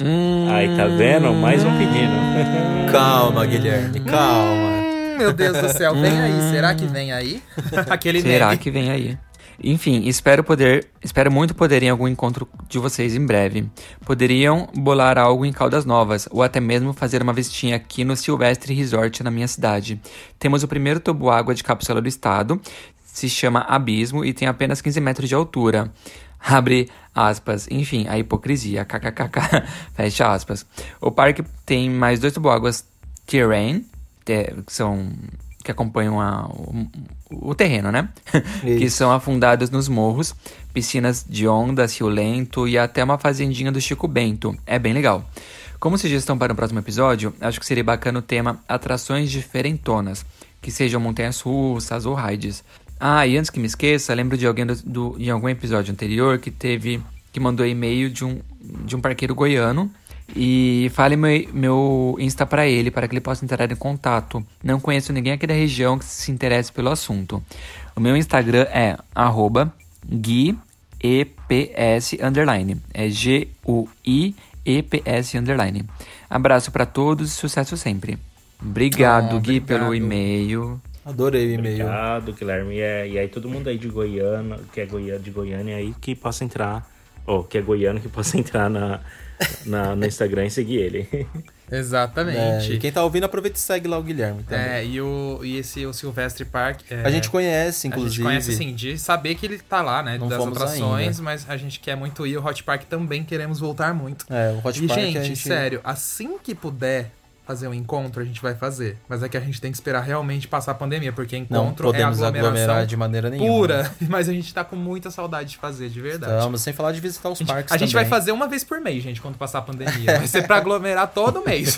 [SPEAKER 5] Hum,
[SPEAKER 4] Aí tá vendo? Mais um
[SPEAKER 3] Hum.
[SPEAKER 4] pedido.
[SPEAKER 3] Calma, Guilherme, calma.
[SPEAKER 2] Hum, meu Deus do céu, vem
[SPEAKER 3] Hum.
[SPEAKER 2] aí. Será que vem
[SPEAKER 3] <laughs>
[SPEAKER 2] aí? Aquele
[SPEAKER 5] Será
[SPEAKER 2] meme.
[SPEAKER 5] que vem aí? Enfim, espero poder, espero muito poder em algum encontro de vocês em breve. Poderiam bolar algo em Caldas Novas ou até mesmo fazer uma vestinha aqui no Silvestre Resort na minha cidade. Temos o primeiro tubo água de cápsula do estado, se chama Abismo e tem apenas 15 metros de altura. Abre aspas. Enfim, a hipocrisia. KKKK. <laughs> Fecha aspas. O parque tem mais dois tuboáguas terrain, te- que são que acompanham a- o, o terreno, né? <laughs> que são afundados nos morros, piscinas de ondas, rio lento e até uma fazendinha do Chico Bento. É bem legal. Como sugestão para o próximo episódio, acho que seria bacana o tema atrações diferentonas, que sejam montanhas russas ou rides. Ah, e antes que me esqueça, lembro de alguém do, do- de algum episódio anterior que teve que mandou e-mail de um, de um parqueiro goiano. E fale meu, meu Insta para ele, para que ele possa entrar em contato. Não conheço ninguém aqui da região que se interesse pelo assunto. O meu Instagram é arroba gui EPS underline. É G-U-I EPS underline. Abraço para todos e sucesso sempre. Obrigado,
[SPEAKER 2] Oh,
[SPEAKER 5] Gui, pelo
[SPEAKER 2] obrigado.
[SPEAKER 5] e-mail.
[SPEAKER 3] Adorei o e-mail.
[SPEAKER 4] Obrigado, Guilherme. E, é- e aí todo mundo aí de Goiânia, que é Goiânia, de Goiânia aí, que possa entrar, ou que é goiano, que possa entrar na, na- no Instagram e seguir ele.
[SPEAKER 3] É,
[SPEAKER 2] Exatamente.
[SPEAKER 3] e quem tá ouvindo, aproveita e segue lá o Guilherme também.
[SPEAKER 2] É, e, o, e esse o Silvestre Park. é,
[SPEAKER 3] A gente conhece,
[SPEAKER 2] a gente
[SPEAKER 3] inclusive.
[SPEAKER 2] conhece assim, de saber que ele tá lá, né?
[SPEAKER 3] Não
[SPEAKER 2] das
[SPEAKER 3] fomos
[SPEAKER 2] atrações, mas a gente quer muito ir. O Hot Park também queremos voltar muito.
[SPEAKER 3] É, o Hot
[SPEAKER 2] e,
[SPEAKER 3] Park
[SPEAKER 2] gente,
[SPEAKER 3] a gente-
[SPEAKER 2] sério, assim que puder fazer um encontro, a gente vai fazer. Mas é que a gente tem que esperar realmente passar a pandemia, porque
[SPEAKER 3] Não
[SPEAKER 2] encontro é
[SPEAKER 3] podemos aglomerar
[SPEAKER 2] aglomeração
[SPEAKER 3] de maneira nenhuma.
[SPEAKER 2] pura. <laughs> Mas a gente tá com muita saudade de fazer, de verdade.
[SPEAKER 3] Estamos, sem falar de visitar os
[SPEAKER 2] A gente-
[SPEAKER 3] Então, parques
[SPEAKER 2] a gente vai
[SPEAKER 3] também.
[SPEAKER 2] fazer uma vez por mês, gente, quando passar a pandemia.
[SPEAKER 3] <laughs>
[SPEAKER 2] Vai ser pra aglomerar todo mês.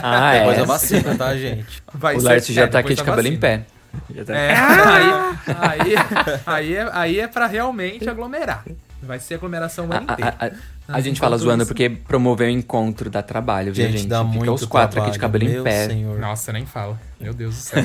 [SPEAKER 5] Ah,
[SPEAKER 3] Depois
[SPEAKER 5] é.
[SPEAKER 3] da vacina, tá, gente?
[SPEAKER 2] Vai
[SPEAKER 5] O
[SPEAKER 2] ser-
[SPEAKER 5] Lárcio
[SPEAKER 2] é,
[SPEAKER 5] já tá aqui
[SPEAKER 2] depois
[SPEAKER 5] de
[SPEAKER 2] da
[SPEAKER 5] cabelo em
[SPEAKER 2] vacina.
[SPEAKER 5] pé.
[SPEAKER 4] Já
[SPEAKER 2] <laughs>
[SPEAKER 4] tá-
[SPEAKER 2] É, aí, aí, aí, é, aí é pra realmente aglomerar. Vai ser aglomeração o ano
[SPEAKER 5] A,
[SPEAKER 2] inteiro.
[SPEAKER 5] a- a- a
[SPEAKER 2] Mas
[SPEAKER 5] gente fala
[SPEAKER 2] enquanto
[SPEAKER 5] zoando
[SPEAKER 2] isso-
[SPEAKER 5] porque promoveu o encontro da trabalho, viu,
[SPEAKER 3] Gente,
[SPEAKER 5] <laughs> gente?
[SPEAKER 3] dá
[SPEAKER 5] Fica
[SPEAKER 3] muito
[SPEAKER 5] os quatro aqui de
[SPEAKER 3] trabalho,
[SPEAKER 5] cabelo em
[SPEAKER 3] meu
[SPEAKER 5] pé.
[SPEAKER 3] Senhor.
[SPEAKER 2] Nossa, nem fala. Meu Deus
[SPEAKER 3] <laughs>
[SPEAKER 2] do céu.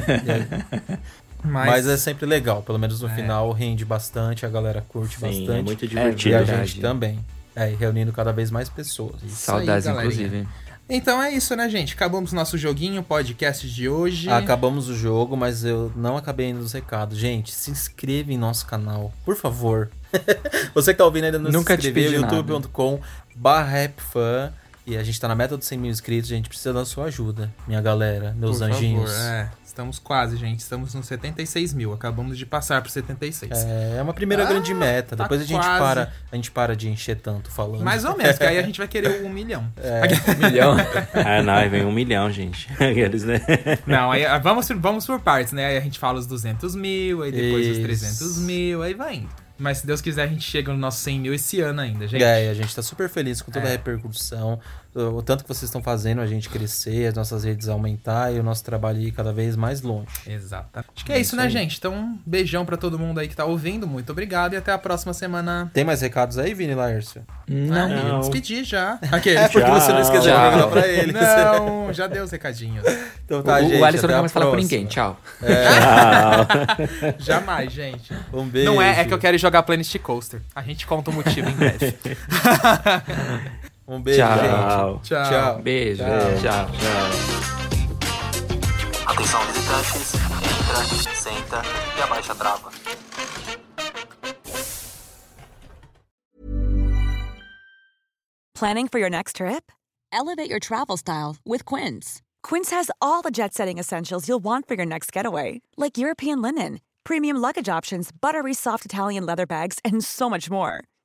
[SPEAKER 2] Mas, É.
[SPEAKER 3] Mas é sempre legal, pelo menos no final rende bastante, a galera curte
[SPEAKER 4] Sim,
[SPEAKER 3] bastante.
[SPEAKER 4] é muito
[SPEAKER 3] E
[SPEAKER 4] divertido.
[SPEAKER 3] a
[SPEAKER 5] verdade.
[SPEAKER 3] gente também. É, e reunindo cada vez mais pessoas. Isso.
[SPEAKER 5] Saudades,
[SPEAKER 2] aí, galerinha.
[SPEAKER 5] inclusive.
[SPEAKER 2] Então é isso, né, gente? Acabamos nosso joguinho, podcast de hoje.
[SPEAKER 3] Acabamos o jogo, mas eu não acabei ainda dos recados. Gente, se inscreva em nosso canal, por favor. <laughs> Você que tá ouvindo ainda não
[SPEAKER 5] Nunca
[SPEAKER 3] se
[SPEAKER 5] te
[SPEAKER 3] inscreveu,
[SPEAKER 5] pedi nada.
[SPEAKER 3] youtube.com rapfan. E a gente tá na meta dos 100 mil inscritos, a gente precisa da sua ajuda, minha galera,
[SPEAKER 2] Por
[SPEAKER 3] meus
[SPEAKER 2] favor,
[SPEAKER 3] anjinhos.
[SPEAKER 2] é. Estamos quase, gente. Estamos nos 76 mil. Acabamos de passar pro 76.
[SPEAKER 3] É, é uma primeira grande meta.
[SPEAKER 2] tá
[SPEAKER 3] Depois a gente
[SPEAKER 2] quase.
[SPEAKER 3] para, a gente para de encher tanto falando.
[SPEAKER 2] Mais ou menos, que aí a gente vai querer um milhão.
[SPEAKER 3] É.
[SPEAKER 2] <laughs>
[SPEAKER 5] Milhão.
[SPEAKER 4] Ah, não, aí vem um milhão, gente. <laughs> Aqueles, né?
[SPEAKER 2] Não, aí ah, vamos, vamos por partes, né? Aí a gente fala os 200 mil, aí depois os
[SPEAKER 3] Isso.
[SPEAKER 2] 300 mil, aí vai indo. Mas se Deus quiser, a gente chega no nosso 100 mil esse ano ainda, gente.
[SPEAKER 3] É, e a gente tá super feliz com toda a repercussão, o tanto que vocês estão fazendo a gente crescer, as nossas redes aumentar e o nosso trabalho ir cada vez mais longe.
[SPEAKER 2] Exato. Acho que é isso, né, gente? Então, um beijão pra todo mundo aí que tá ouvindo. Muito obrigado e até a próxima semana.
[SPEAKER 3] Tem mais recados aí, Vini Laércio?
[SPEAKER 5] Não.
[SPEAKER 2] Ah, eu Despedi já. <laughs> Aquele.
[SPEAKER 3] É porque você não esqueceu de
[SPEAKER 5] Tchau.
[SPEAKER 3] ligar pra ele.
[SPEAKER 2] Não, já deu os recadinhos.
[SPEAKER 3] Então
[SPEAKER 5] O,
[SPEAKER 3] tá, gente.
[SPEAKER 5] o Alisson
[SPEAKER 3] até
[SPEAKER 5] não
[SPEAKER 3] a
[SPEAKER 5] vai mais falar com
[SPEAKER 3] próxima.
[SPEAKER 5] ninguém. Tchau.
[SPEAKER 2] Jamais, gente.
[SPEAKER 3] Um beijo.
[SPEAKER 2] Não é, é que eu quero jogar Planet Coaster. A gente conta o motivo em breve.
[SPEAKER 3] Um beijo,
[SPEAKER 5] Tchau.
[SPEAKER 3] gente.
[SPEAKER 2] Tchau.
[SPEAKER 3] Tchau.
[SPEAKER 5] Beijo.
[SPEAKER 3] Tchau.
[SPEAKER 5] tchau.
[SPEAKER 1] Atenção, visitantes, entra, senta e abaixa a trava.
[SPEAKER 6] Planning for your next trip? Elevate your travel style with Quince. Quince has all the jet setting essentials you'll want for your next getaway, like European linen, premium luggage options, buttery soft Italian leather bags, and so much more.